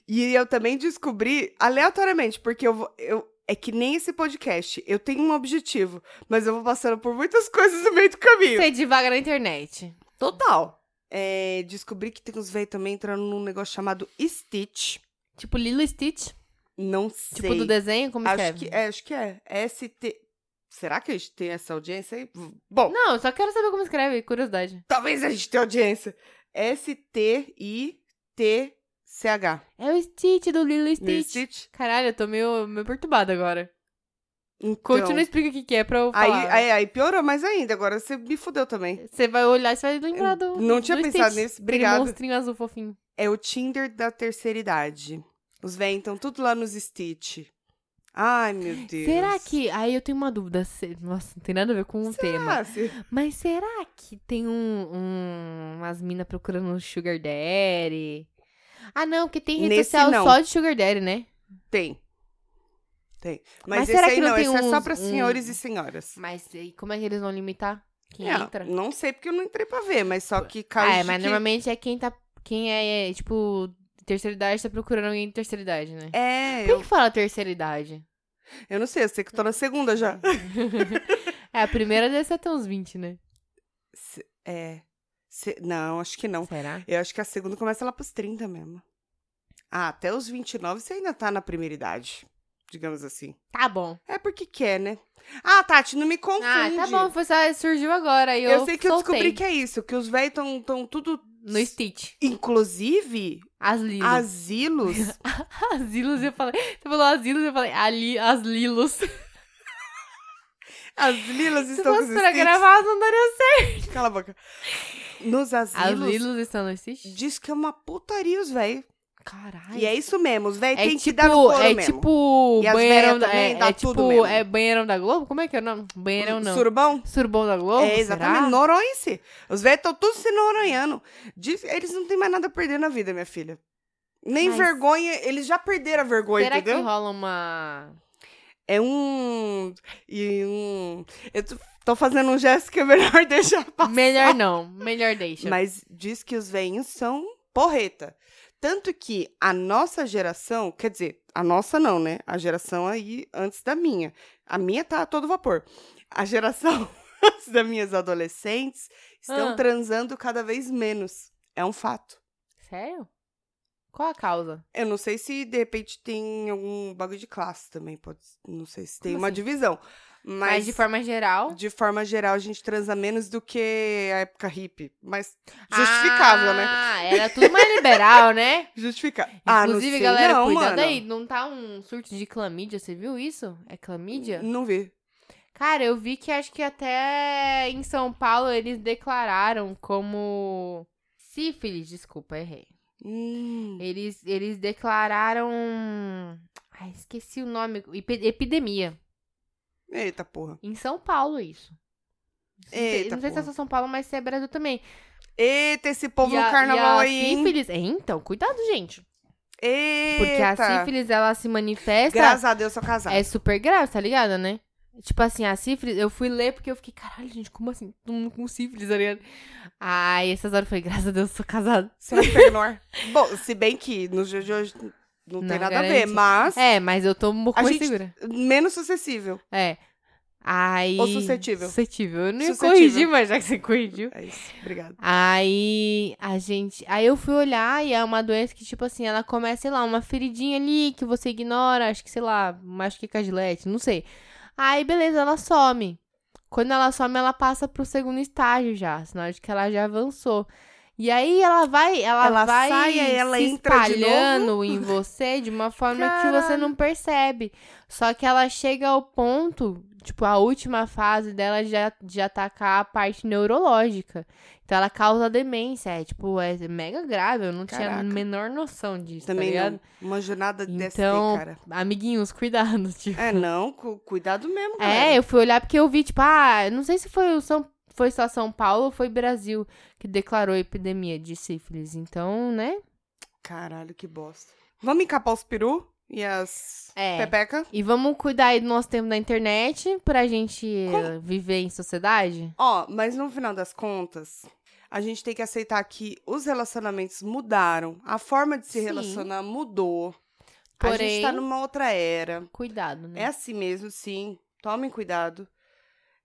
E eu também descobri aleatoriamente, porque eu vou. Eu, é que nem esse podcast. Eu tenho um objetivo, mas eu vou passando por muitas coisas no meio do caminho.
Você devagar na internet.
Total. É, descobri que tem uns velhos também entrando num negócio chamado Stitch.
Tipo Lilo e Stitch?
Não sei.
Tipo do desenho? Como
acho
escreve?
que, é, acho que é. ST. Será que a gente tem essa audiência aí? Bom.
Não, eu só quero saber como escreve, curiosidade.
Talvez a gente tenha audiência. S-T-I-T-C-H.
É o Stitch do Lilo e Stitch.
Stitch.
Caralho, eu tô meio, meio perturbada agora.
Então,
Continua e explica o que, que é pra eu
aí,
falar.
aí, aí piorou mais ainda. Agora você me fudeu também.
Você vai olhar e você vai lembrar do.
Não tinha
do
pensado
Stitch.
nisso.
Aquele
Obrigado.
monstrinho azul fofinho.
É o Tinder da terceira idade. Os véi estão tudo lá nos Stitch. Ai, meu Deus.
Será que. é Aí eu tenho uma dúvida. se- Nossa, não tem nada a ver com o tema.
Ah, se-
Mas será que tem um, um- umas minas procurando um Sugar Daddy? Ah, não, porque tem rede
Nesse
social
não.
só de Sugar Daddy, né?
Tem. Tem. Mas,
Mas
esse
será
aí
que não
não,
tem
esse é só
uns- um
pra
uns-
senhores e senhoras.
Mas e como é que eles vão limitar quem
É,
entra?
Não sei porque eu não entrei pra ver, mas só que caso
Ah, é,
de
mas
que-
normalmente é quem tá. Quem é, é, tipo, terceira idade tá procurando alguém de terceira idade, né?
É,
Por
eu,
que que fala terceira idade?
eu não sei, eu sei que eu tô na segunda já.
É, a primeira deve ser até uns 20, né?
Se- É. se- não, acho que não.
Será?
Eu acho que a segunda começa lá pros 30 mesmo. Ah, até os 29 você ainda tá na primeira idade, digamos assim.
Tá bom.
É porque quer, né? Ah, Tati, não me confunde.
Ah, tá bom, foi só, surgiu agora. aí
Eu,
eu
sei que eu
soltei
descobri que é isso, que os velhos tão, tão tudo.
No Stitch.
Inclusive,
As Lilos. As,
asilos.
Lilos, eu falei. Você falou as Lilos, eu falei. Ali, as Lilos.
As lilas
Se
estão com os
fosse pra
sticks.
gravar, não daria
Cala a boca. Nos
certo. As
asilos,
Lilos estão no Stitch?
diz que é uma putaria os velhos.
Caralho.
E é isso mesmo, os velhos
É
têm
tipo,
que dar no couro
é
mesmo.
tipo
E as
banheirão
velhas
da, é,
também, dá
é
tudo
tipo,
mesmo.
é banheirão da Globo? Como é que é o nome? Banheirão não.
Surubão?
Surubão da Globo?
É, exatamente.
será?
Noronha em si. Os velhos estão todos sendo noronhano. Diz- eles não têm mais nada a perder na vida, minha filha. Nem
Mas-
vergonha, eles já perderam a vergonha,
Será
entendeu?
que rola uma.
É um. E um. Eu tô- tô fazendo um gesto que é melhor deixar passar.
Melhor não. Melhor deixa.
Mas diz que os velhinhos são porreta. Tanto que a nossa geração, quer dizer, a nossa não, né? A geração aí antes da minha. A minha tá a todo vapor. A geração antes das minhas adolescentes estão
Ah.
transando cada vez menos. É um fato.
Sério? Qual a causa?
Eu não sei se de repente tem algum bagulho de classe também, pode, não sei se tem
Como
uma
assim?
divisão. Mas,
Mas, de forma geral.
de forma geral a gente transa menos do que a época hippie, mas justificável,
ah,
né?
Era tudo mais liberal, né?
Justificar.
Inclusive, galera,
Ah, não,
cuidado
mano.
aí. Não tá um surto de clamídia, você viu isso? É clamídia?
Não vi.
Cara, eu vi que acho que até em São Paulo eles declararam como. Sífilis, desculpa, errei.
Hum,
Eles, eles declararam. Ai, esqueci o nome. epi- Epidemia.
Eita porra.
Em São Paulo, isso. Não sei-
Eita
não sei se é
porra.
só São Paulo, mas se é Brasil também.
Eita, esse povo
E a-
no
e
carnaval
a
aí, hein?
sífilis- É, então, cuidado, gente.
Eita.
Porque a sífilis, ela se manifesta.
Graças a Deus, sou casada.
É super grave, tá ligado, né? Tipo assim, a sífilis, eu fui ler porque eu fiquei, caralho, gente, como assim? Todo mundo com sífilis, tá ligado? Aí essas horas eu falei, graças a Deus, sou casada.
Você não perdoa. Bom, se bem que nos dias de hoje não,
Não
tem nada a ver,
garante.
mas
É, mas eu tô um pouco
A
mais
gente-
segura.
menos sucessível.
É. Aí.
Ou suscetível.
Suscetível. Eu não ia
Suscetível.
corrigir, mas já que você corrigiu.
É isso. Obrigada.
Aí a gente. Aí eu fui olhar e é uma doença que, tipo assim, ela começa, sei lá, uma feridinha ali que você ignora, acho que, sei lá, acho que é cagilete, não sei. Aí, beleza, ela some. Quando ela some, ela passa pro segundo estágio já, sinal de que ela já avançou. E aí ela vai, ela,
Ela
vai
sai, aí ela
se
entra de
espalhando em você de uma forma que você não percebe. Só que ela chega ao ponto, tipo, a última fase dela já de atacar a parte neurológica. Então ela causa demência, é tipo, é mega grave, eu não tinha
Caraca.
a menor noção disso,
Também
tá
não.
ligado?
Uma jornada dessa,
Então-
cara.
Amiguinhos, cuidado, tipo.
É, não. cu- cuidado mesmo, galera.
É, eu fui olhar porque eu vi, tipo, ah, não sei se foi o São foi só São Paulo ou foi Brasil que declarou epidemia de sífilis. Então, né?
Caralho, que bosta. Vamos encapar os peru e as
É.
pepeca?
E vamos cuidar aí do nosso tempo da internet pra gente eh, viver em sociedade?
Ó, mas no final das contas, a gente tem que aceitar que os relacionamentos mudaram. A forma de se
Sim.
relacionar mudou. a gente
Porém-
tá numa outra era.
Cuidado, né?
É assim mesmo, sim. Tomem cuidado.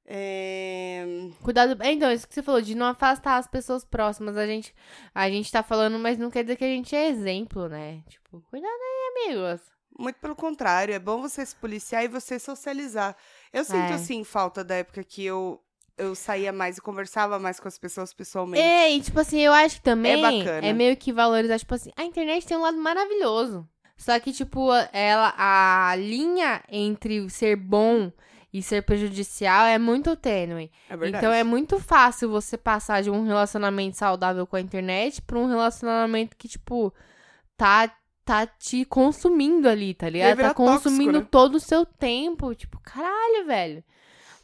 É,
Cuidado. é, Então, isso que você falou, de não afastar as pessoas próximas. A gente, a gente tá falando, mas não quer dizer que a gente é exemplo, né? Tipo, cuidado aí, amigos.
Muito pelo contrário, é bom você se policiar e você socializar. Eu sinto,
É.
assim, falta da época que eu, eu saía mais e conversava mais com as pessoas pessoalmente.
É, e tipo assim, eu acho que também
É bacana.
é meio que valorizar, tipo assim, a internet tem um lado maravilhoso. Só que, tipo, a- ela, a linha entre ser bom e ser prejudicial é muito tênue.
É
Então é muito fácil você passar de um relacionamento saudável com a internet pra um relacionamento que, tipo, tá, tá te consumindo ali, tá ligado?
virar
Tá
tóxico,
consumindo
né?
todo o seu tempo. Tipo, caralho, velho.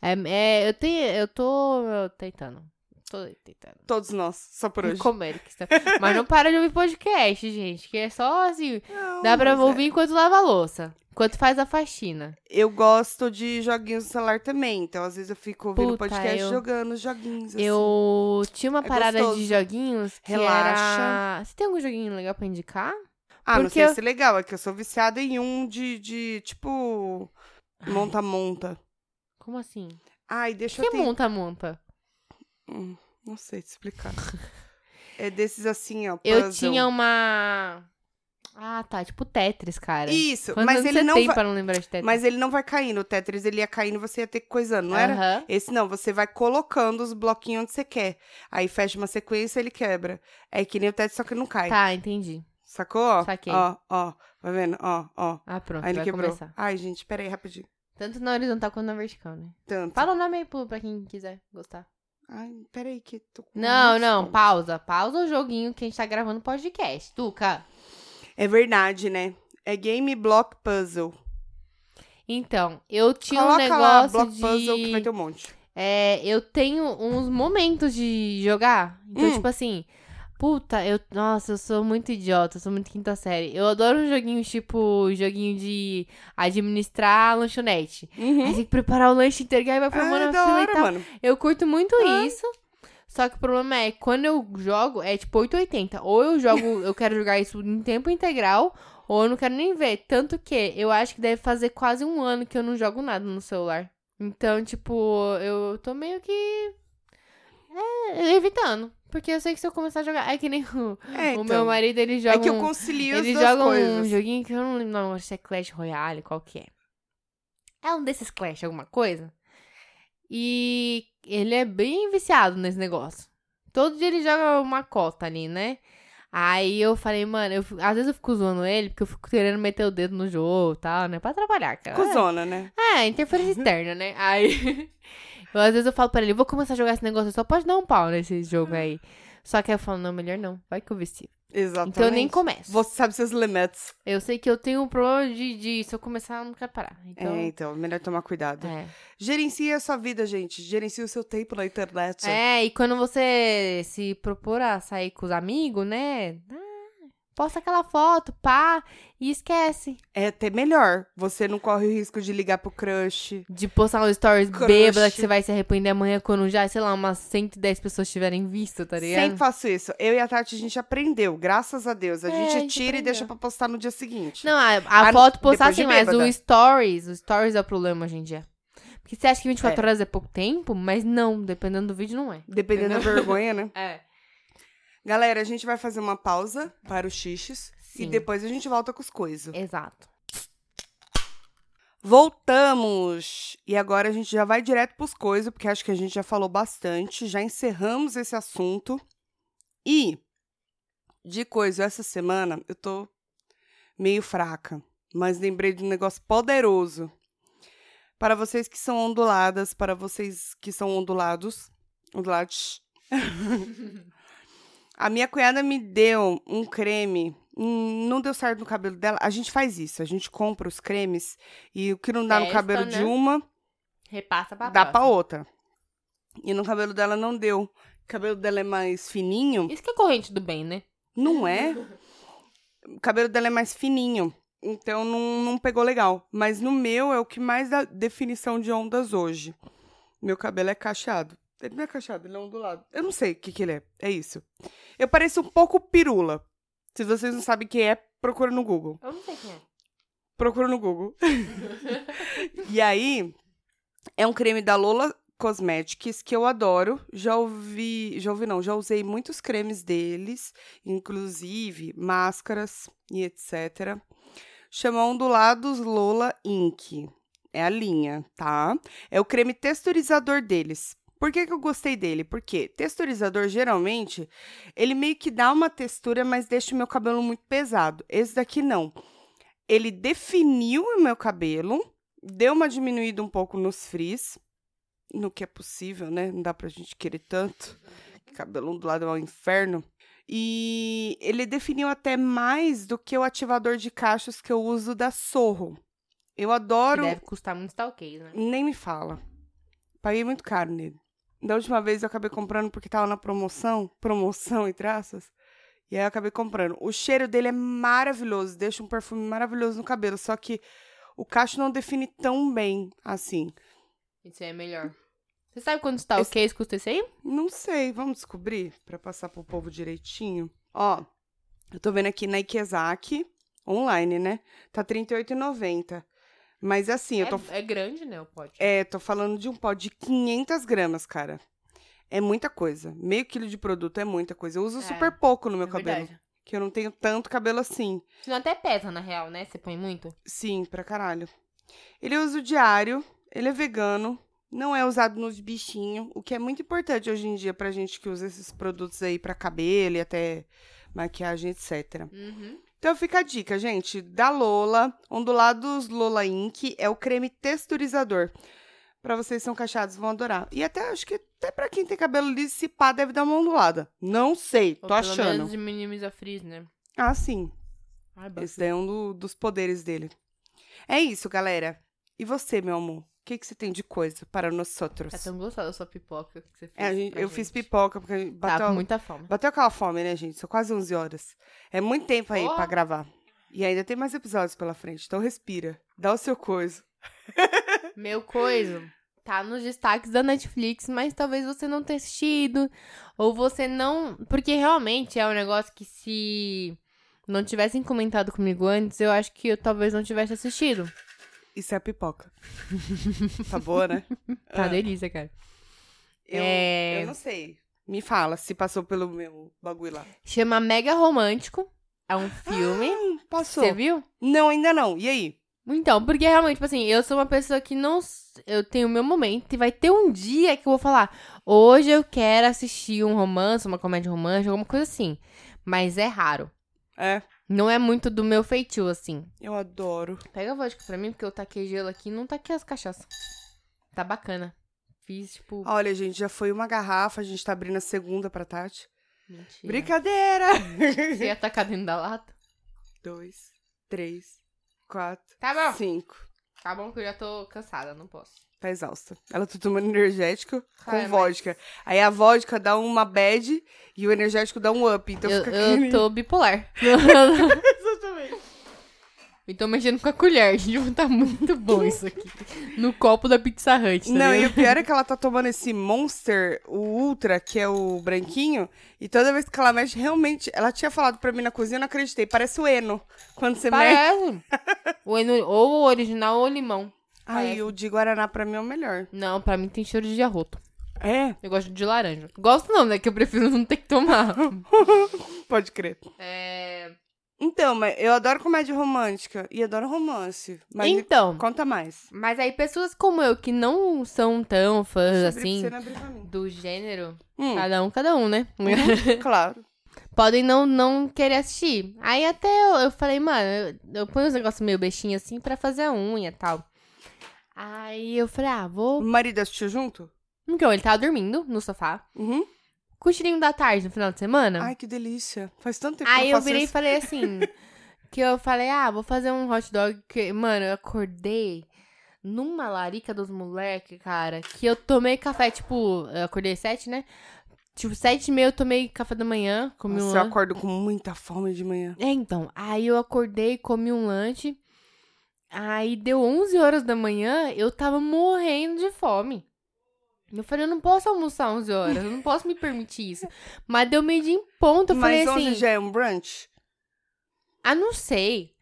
É, é, eu tenho. Eu tô eu tentando. Tô tentando.
Todos nós, só por hoje.
Comer, é que está- Mas não para de ouvir podcast, gente. Que é só assim.
Não,
Dá pra
mas é.
ouvir enquanto lava a louça. Enquanto faz a faxina.
Eu gosto de joguinhos no celular também. Então, às vezes, eu fico ouvindo
Puta,
podcast
eu-
jogando joguinhos. assim.
Eu tinha uma
É
parada
gostoso.
de joguinhos que
Relaxa.
era... Você tem algum joguinho legal pra indicar?
Ah, não
porque
sei
eu-
se é legal, é que eu sou viciada em um de, de tipo. Monta-monta.
Como assim?
Ai,
O
deixa
que é
eu tentar.
monta-monta?
Hum, não sei te explicar. é desses assim, ó.
Eu
puzzle.
tinha um, uma... Ah, tá. Tipo Tetris, cara.
Isso,
Quantos
mas
anos
ele
você
não
tem
vai.
pra não lembrar de Tetris?
Mas ele não vai caindo. O Tetris ele ia caindo, você ia ter que coisando, não era?
Aham.
Esse não, você vai colocando os bloquinhos onde você quer. Aí fecha uma sequência ele quebra. É que nem o Tetris, só que não cai.
Tá, entendi.
Sacou? Ó,
Saquei.
ó, ó. Tá vendo? Ó, ó.
Ah, pronto.
Aí ele
vai
quebrou.
começar.
Ai, gente, peraí, rapidinho.
Tanto na horizontal quanto na vertical, né?
Tanto.
Fala o nome aí pro- pra quem quiser gostar.
Ai, peraí, que tô com.
Não,
muitos
não,
pontos.
pausa. Pausa o joguinho que a gente tá gravando podcast. Tuca.
É verdade, né? É Game Block Puzzle.
Então, eu tinha
Coloca
um
lá
negócio
Block Puzzle que vai
de.
ter um monte.
é, eu tenho uns momentos de jogar. Então,
Hum.
tipo assim. Puta, eu. Nossa, eu sou muito idiota, eu sou muito quinta série. Eu adoro um joguinho tipo. Joguinho de administrar a lanchonete. Aí
Uhum. Ah,
tem que preparar o lanche inteiro, que aí vai formando
Ai,
a
da
fila e
hora,
tal.
mano.
Eu curto muito isso. Só que o problema é, quando eu jogo, é tipo 880. Ou eu jogo, eu quero jogar isso em tempo integral, ou eu não quero nem ver. Tanto que eu acho que deve fazer quase um ano que eu não jogo nada no celular. Então, tipo, eu tô meio que. É, evitando. Porque eu sei que se eu começar a jogar. É que nem o,
É,
o meu
então.
marido, ele joga.
É que eu
um-
concilio as
eles
duas
jogam um
coisas.
joguinho que eu não lembro o nome, se é Clash Royale, qual que é. É um desses Clash, alguma coisa. E ele é bem viciado nesse negócio. Todo dia ele joga uma cota ali, né? Aí eu falei, mano, eu fico- às vezes eu fico zoando ele, porque eu fico querendo meter o dedo no jogo e tal, né? Pra atrapalhar, cara.
Cusona, né?
É, interferência externa, né? Aí. eu, às vezes eu falo pra ele, vou começar a jogar esse negócio, só pode dar um pau nesse jogo
Uhum.
aí. Só que aí eu falo, não, melhor não, vai que eu vicio.
Exatamente.
Então eu nem começo.
Você sabe seus limites.
Eu sei que eu tenho um problema de, de se eu começar, eu não quero parar. Então,
É, né? então, melhor tomar cuidado.
é.
Gerencie a sua vida, gente. Gerencie o seu tempo na internet.
É, e quando você se propor a sair com os amigos, né? ah, Posta aquela foto, pá, e esquece
É até melhor. Você não corre o risco de ligar pro crush.
de postar um stories
Crush.
bêbada que você vai se arrepender amanhã quando já, sei lá, umas 110 pessoas tiverem visto, tá ligado?
Sempre faço isso. Eu e a Tati, a gente aprendeu, graças a Deus. A
É,
gente
a gente
tira e
aprendeu.
deixa pra postar no dia seguinte.
Não, a, a
Ah,
foto postar
depois de
assim, mas o
bêbada.
stories, o stories é o problema hoje em dia. Porque você acha que 24 horas é pouco tempo, mas não, dependendo do vídeo, não é.
Dependendo da vergonha, né?
É.
Galera, a gente vai fazer uma pausa para os xixes e
Sim.
depois a gente volta com os coisas.
Exato.
Voltamos! E agora a gente já vai direto pros coisas, porque acho que a gente já falou bastante, já encerramos esse assunto. E de coisa, essa semana eu tô meio fraca, mas lembrei de um negócio poderoso. Para vocês que são onduladas, para vocês que são ondulados, ondulados. a minha cunhada me deu um creme. hum, Não deu certo no cabelo dela. A gente faz isso, a gente compra os cremes e o que não dá no
Testa,
cabelo de
né?
uma,
Repassa pra
dá pra
próxima.
outra. E no cabelo dela não deu. O cabelo dela é mais fininho.
Isso que é corrente do bem, né?
Não é? O cabelo dela é mais fininho. Então não, não pegou legal. Mas no meu é o que mais dá definição de ondas hoje. Meu cabelo é cacheado. Ele não é cacheado, ele é ondulado. Eu não sei o que, que ele é. É isso. Eu pareço um pouco pirula. Se vocês não sabem quem é, procura no Google.
Eu não sei quem é.
Procura no Google. e aí, é um creme da Lola Cosmetics que eu adoro. Já ouvi, já ouvi não, já usei muitos cremes deles, inclusive máscaras e etc. Chama Ondulados Lola Ink. É a linha, tá? É o creme texturizador deles. Por que, que eu gostei dele? Porque texturizador, geralmente, ele meio que dá uma textura, mas deixa o meu cabelo muito pesado. Esse daqui não ele definiu o meu cabelo, deu uma diminuída um pouco nos frizz, no que é possível, né? Não dá pra gente querer tanto. que Cabelo ondulado é um inferno. E ele definiu até mais do que o ativador de cachos que eu uso da Sorro. Eu
Que
adoro.
deve custar muito stalkers, né?
Nem me fala. Paguei muito caro nele. Da última vez eu acabei comprando porque tava na promoção, promoção e traças. E aí eu acabei comprando. O cheiro dele é maravilhoso, deixa um perfume maravilhoso no cabelo, só que o cacho não define tão bem assim.
Isso aí é melhor. Você sabe quantos stalkers custa esse aí?
Não sei, vamos descobrir para passar pro povo direitinho. Ó, eu tô vendo aqui na Ikezaki, online, né? Tá R$ 38,90. Mas assim, eu tô
É, é grande, né, o pote.
É, tô falando de um pó de 500 gramas, cara. É muita coisa. Meio quilo de produto é muita coisa. Eu uso
É,
super pouco no meu
É
cabelo.
verdade.
Que eu não tenho tanto cabelo assim.
Senão até pesa, na real, né? Você põe muito.
Sim, pra caralho. Ele usa o diário, ele é vegano, não é usado nos bichinhos, o que é muito importante hoje em dia pra gente que usa esses produtos aí pra cabelo e até maquiagem, etc.
Uhum.
Então fica a dica, gente, da Lola, Um ondulados Lola Ink, é o creme texturizador. Pra vocês que são cachados, vão adorar. E até, acho que até pra quem tem cabelo liso, se pá, deve dar uma ondulada. Não sei,
Ou
tô
pelo
achando.
menos minimiza frizz, né?
Ah, sim.
Ai, bafo.
Esse daí é um do- dos poderes dele. É isso, galera. E você, meu amor? O que, que você tem de coisa para nós outros?
Tá tão gostosa a sua pipoca que você fez.
É, a gente-
pra
eu fiz
gente.
pipoca, porque a gente
Tá
bateu,
com muita fome.
bateu aquela fome, né, gente? São quase 11 horas. É muito tempo aí
Porra.
pra gravar. E ainda tem mais episódios pela frente, então respira. Dá o seu coisa.
Meu coisa tá nos destaques da Netflix, mas talvez você não tenha assistido. Ou você não. Porque realmente é um negócio que se não tivessem comentado comigo antes, eu acho que eu talvez não tivesse assistido.
Isso é pipoca. tá boa, né?
Tá
Ah,
delícia, cara.
eu,
É.
eu não sei. Me fala se passou pelo meu bagulho lá.
Chama Mega Romântico. É um filme.
Hum, passou.
Você viu?
Não, ainda não. E aí?
Então, porque realmente, tipo assim, eu sou uma pessoa que não. s- Eu tenho o meu momento e vai ter um dia que eu vou falar. Hoje eu quero assistir um romance, uma comédia romântica, alguma coisa assim. Mas é raro.
É,
Não é muito do meu feitio, assim.
eu adoro.
Pega a vodka pra mim, porque eu taquei gelo aqui e não taquei as cachaças. Tá bacana. Fiz, tipo.
Olha, gente, já foi uma garrafa, a gente tá abrindo a segunda pra Tati.
Mentira.
Brincadeira!
Você ia tacar dentro da lata?
Dois, três, quatro,
Tá bom.
cinco.
Tá bom que eu já tô cansada, não posso.
Tá exausta. Ela tá tomando energético
Cara,
com
mas-
vodka. Aí a vodka dá uma bad e o energético dá um up. Então
eu,
fica
eu
aquele-
tô bipolar.
Exatamente.
e tô mexendo com a colher, gente. Tá muito bom isso aqui. No copo da Pizza Hut, tá
Não, e
ligado?
o pior é que ela tá tomando esse Monster, o Ultra, que é o branquinho, e toda vez que ela mexe, realmente, ela tinha falado pra mim na cozinha, eu não acreditei, parece o Eno, quando você mexe.
Parece. o eno- ou o original ou o limão.
Aí o de Guaraná pra mim é o melhor.
Não, pra mim tem cheiro de arroto.
É?
Eu gosto de laranja. Gosto não, né? Que eu prefiro não ter que tomar.
Pode crer.
É,
Então, mas eu adoro comédia romântica e adoro romance. Mas me
Então,
conta mais.
mas aí pessoas como eu que não são tão fãs
Deixa eu abrir pra
assim
você não abrir pra mim.
do gênero,
Ah, Hum,
cada um, cada um, né?
claro.
Podem não, não querer assistir. Aí até eu, eu falei, mano, eu, eu ponho uns negócios meio bestinho assim pra fazer a unha e tal. Aí eu falei, ah,
O
vou.
marido assistiu junto?
Então, ele tava dormindo no sofá.
Uhum.
Cochilinho da tarde no final de semana.
Ai, que delícia. Faz tanto tempo
Aí
que
eu
eu faço
virei e
isso.
falei assim: que eu falei, ah, vou fazer um hot dog. Que... Mano, eu acordei numa larica dos moleques, cara, que eu tomei café, tipo, eu acordei às sete, né? Tipo, sete e meia eu tomei café da manhã, comi um
Nossa, eu
lanche.
acordo com muita fome de manhã.
É, então, aí eu acordei, comi um lanche. Aí deu 11 horas da manhã, eu tava morrendo de fome. Eu falei, eu não posso almoçar 11 horas, eu não posso me permitir isso. Mas deu meio dia em ponto, eu falei
mas
assim...
já é um brunch?
Ah, não sei.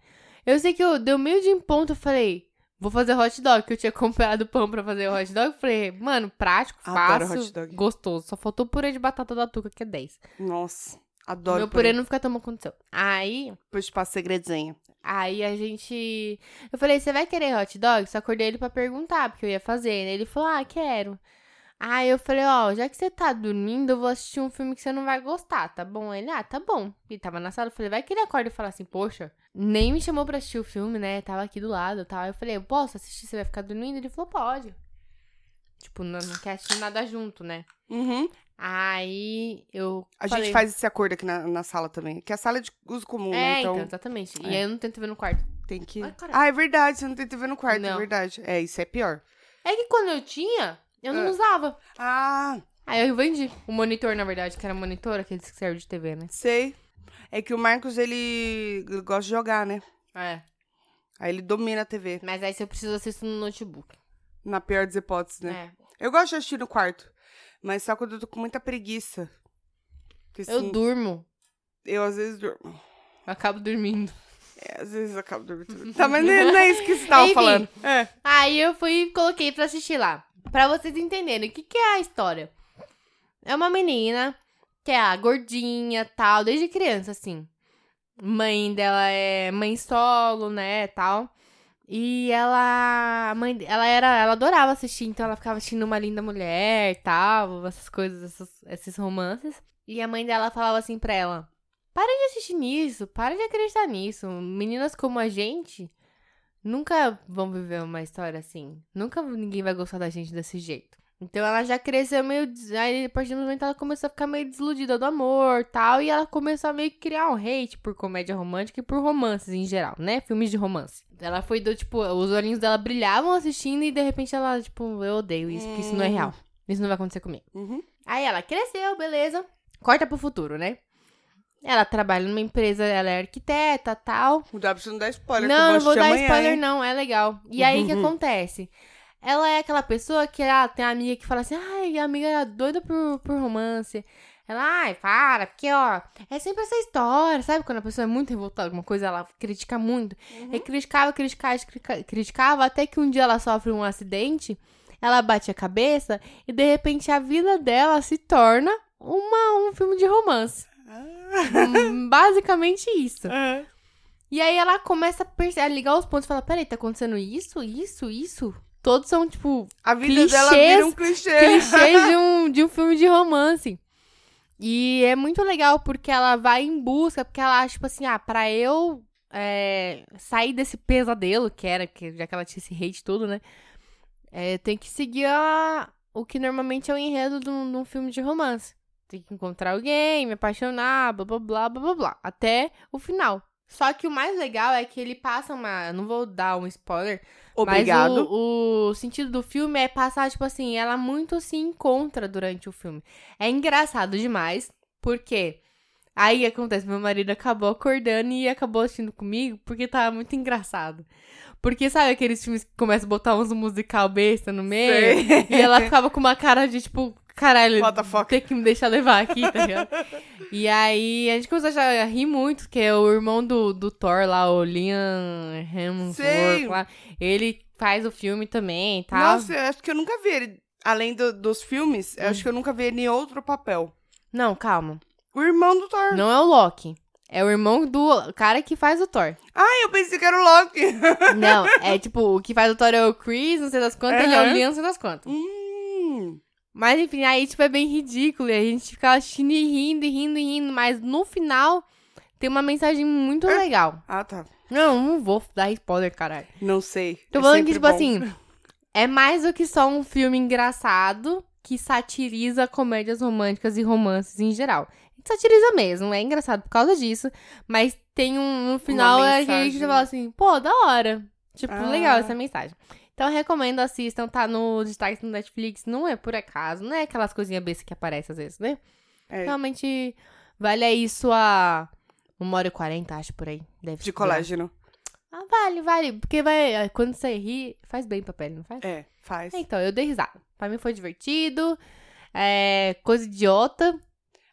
Eu sei que eu deu meio dia em ponto, eu falei, vou fazer hot dog, que eu tinha comprado pão pra fazer hot dog. Eu falei, mano, prático,
Adoro
fácil,
hot dog.
gostoso. Só faltou purê de batata da tuca, que é 10.
Nossa, adoro.
Meu purê não fica tão bom quanto o seu. Aí,
Depois passa segredinho.
aí a gente... Eu falei, você vai querer hot dog? Só acordei ele pra perguntar, porque eu ia fazer. né? Ele falou, ah, quero. Aí eu falei, ó, já que você tá dormindo, eu vou assistir um filme que você não vai gostar, tá bom? Ele, ah, tá bom. E tava na sala, eu falei, vai que ele acorda e fala assim, poxa, nem me chamou pra assistir o filme, né? Tava aqui do lado e tal. Aí eu falei, eu posso assistir, você vai ficar dormindo? Ele falou, pode. Tipo, não, não quer assistir nada junto, né?
Uhum.
Aí eu.
A
falei,
gente faz esse acordo aqui na, na sala também. Que é a sala é de uso
É,
comum, né?
então,
Então
exatamente. E
é.
aí eu não tento ver no quarto.
tem que.
Ai, caralho.
ah, é verdade, você não tem TV no quarto, é
Não.
verdade. É, isso é pior.
É que quando eu tinha, eu não
Ah.
usava.
Ah,
Aí eu vendi o monitor, na verdade, que era monitor, aqueles que serve de TV, né?
sei. É que o Marcos, ele gosta de jogar, né?
É.
Aí ele domina a TV.
Mas aí se eu preciso assisto no notebook.
Na pior das hipóteses, né?
É.
Eu gosto de assistir no quarto. Mas só quando eu tô com muita preguiça. Porque,
Eu
assim,
durmo.
eu às vezes durmo.
Eu acabo dormindo.
É, às vezes eu acabo dormindo. tá, mas não é, não é isso que você tava
Enfim.
falando. É.
Aí eu fui e coloquei pra assistir lá. Pra vocês entenderem o que, que é a história. É uma menina que é a gordinha, tal, desde criança, assim. Mãe dela é mãe solo, né, tal. E ela. a Mãe, de- ela era. Ela adorava assistir, então ela ficava assistindo uma linda mulher tal, essas coisas, essas- esses romances. E a mãe dela falava assim pra ela: Para de assistir nisso, para de acreditar nisso. Meninas como a gente nunca vão viver uma história assim. Nunca ninguém vai gostar da gente desse jeito. Então ela já cresceu meio. des- Aí a partir do momento ela começou a ficar meio desiludida do amor tal. E ela começou a meio que criar um hate por comédia romântica e por romances em geral, né? Filmes de romance. Ela foi do tipo. Os olhinhos dela brilhavam assistindo e de repente ela, tipo, eu odeio isso, porque isso não é
Hum.
real. Isso não vai acontecer comigo.
Uhum.
Aí ela cresceu, beleza. Corta pro futuro, né? Ela trabalha numa empresa, ela é arquiteta tal.
O W você não dá spoiler. que eu
não, não
gosto
vou
de
dar
amanhã,
spoiler,
hein? Uhum.
não, é legal. E aí o que acontece? Ela é aquela pessoa que ah, tem uma amiga que fala assim, ai, a amiga é doida por, por romance. Ela, ai, para, porque, ó, é sempre essa história, sabe? Quando a pessoa é muito revoltada, alguma coisa, ela critica muito.
Uhum.
E criticava, criticava, critica- criticava, até que um dia ela sofre um acidente, ela bate a cabeça e de repente a vida dela se torna uma, um filme de romance.
Ah.
Hum, Basicamente isso.
É.
E aí ela começa a, perce- a ligar os pontos e fala: peraí, tá acontecendo isso, isso, isso? Todos são, tipo,
A vida dela
Clichês,
vira um clichê.
clichês de um, de um filme de romance. E é muito legal porque ela vai em busca, porque ela acha, tipo assim, ah, pra eu é, sair desse pesadelo que era, que, já que ela tinha esse hate todo, né? É, tem que seguir a- o que normalmente é o enredo de um, de um filme de romance. Tem que encontrar alguém, me apaixonar, blá blá blá blá blá blá. Até o final. Só que o mais legal é que ele passa uma. Não vou dar um spoiler,
Obrigado.
mas o, o sentido do filme é passar, tipo assim, ela muito se encontra durante o filme. É engraçado demais, porque aí acontece, meu marido acabou acordando e acabou assistindo comigo, porque tava muito engraçado. Porque sabe aqueles filmes que começam a botar uns musical besta no meio?
Sei.
E ela ficava com uma cara de, tipo, Caralho,
What the fuck?
tem que me deixar levar aqui, tá ligado? e aí a gente começou a já rir muito, que é o irmão do, do Thor lá, o Liam
Sei.
Hemsworth lá. Ele faz o filme também e tal.
Nossa, eu acho que eu nunca vi ele. Além do- dos filmes, eu acho que eu nunca vi ele em outro papel.
Não, calma.
O irmão do Thor.
Não é o Loki. É o irmão do cara que faz o Thor.
Ai, eu pensei que era o Loki.
Não, é tipo, o que faz o Thor é o Chris, não sei das quantas, ele é
Aham.
o Liam, não sei das quantas.
hum.
Mas enfim, aí tipo é bem ridículo e a gente fica xini rindo e rindo e rindo, mas no final tem uma mensagem muito legal.
Ah, tá.
É. Não, não vou dar spoiler, caralho.
Não sei.
Tô
É
falando
sempre
que, tipo
bom.
assim, é mais do que só um filme engraçado que satiriza comédias românticas e romances em geral. Satiriza mesmo, é engraçado por causa disso, mas tem um. No final a gente
mensagem.
fala assim, pô, da hora. Tipo,
Ah.
legal essa mensagem. Então eu recomendo, assistam, tá no destaque no Netflix, não é por acaso, não é aquelas coisinhas bestas que aparecem às vezes, né?
É,
Realmente vale aí sua. Uma hora e quarenta, acho, por aí. Deve
de
durar.
colágeno.
Ah, vale, vale. Porque vai, é, quando você ri, faz bem pra pele, não faz?
É, faz.
Então, eu dei risada. Pra mim foi divertido. É, coisa idiota.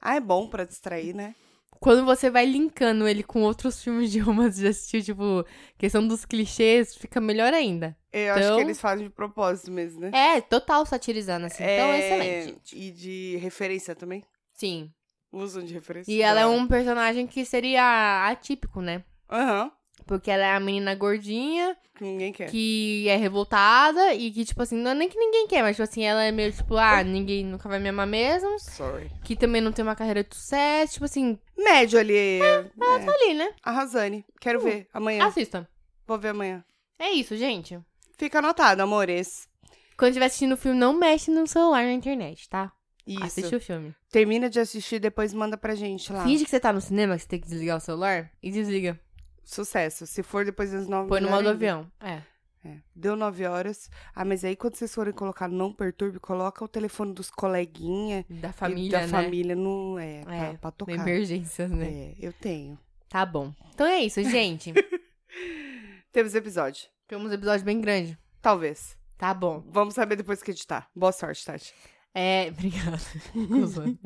Ah, é bom pra distrair, né?
Quando você vai linkando ele com outros filmes de romance que já assistiu, tipo, questão dos clichês, fica melhor ainda.
Eu acho
Então-
que eles fazem de propósito mesmo, né? É,
É, total satirizando, assim. Então, excelente.
E de referência também.
Sim.
Usam de referência.
E ela é
claro.
um personagem que seria atípico, né?
Aham.
Porque ela é a menina gordinha,
Que ninguém quer.
que é revoltada e que, tipo assim, não é nem que ninguém quer, mas, tipo assim, ela é meio tipo, ah, ninguém nunca vai me amar mesmo.
Sorry.
que também não tem uma carreira de sucesso, tipo assim,
Médio ali.
tá ali, né?
A Razane. Quero ver amanhã.
Assista.
Vou ver amanhã.
É isso, gente.
Fica anotado, amores.
Quando estiver assistindo o filme, não mexe no celular na internet, tá?
Isso.
Assiste o filme.
Termina de assistir, depois manda pra gente lá.
Finge que você tá no cinema, que você tem que desligar o celular e desliga.
Sucesso. Se for depois das nove
Põe no
melhor
modo
ainda.
avião. É.
É. Deu nove horas. Ah, mas aí quando vocês forem colocar não perturbe, coloca o telefone dos coleguinha.
Da
e
família,
da
né?
família, não é, pra-
É,
pra tocar.
Emergências, né?
É, eu tenho.
Tá bom. Então é isso, gente.
Temos episódio.
Temos um episódio bem grande.
Talvez.
Tá bom.
Vamos saber depois que editar. Boa sorte, Tati.
É, obrigada. Cusão.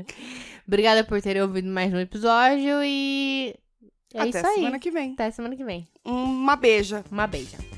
obrigada por terem ouvido mais um episódio e. É
Até
isso aí.
semana que vem.
Até semana que vem.
Uma beija.
Uma beija.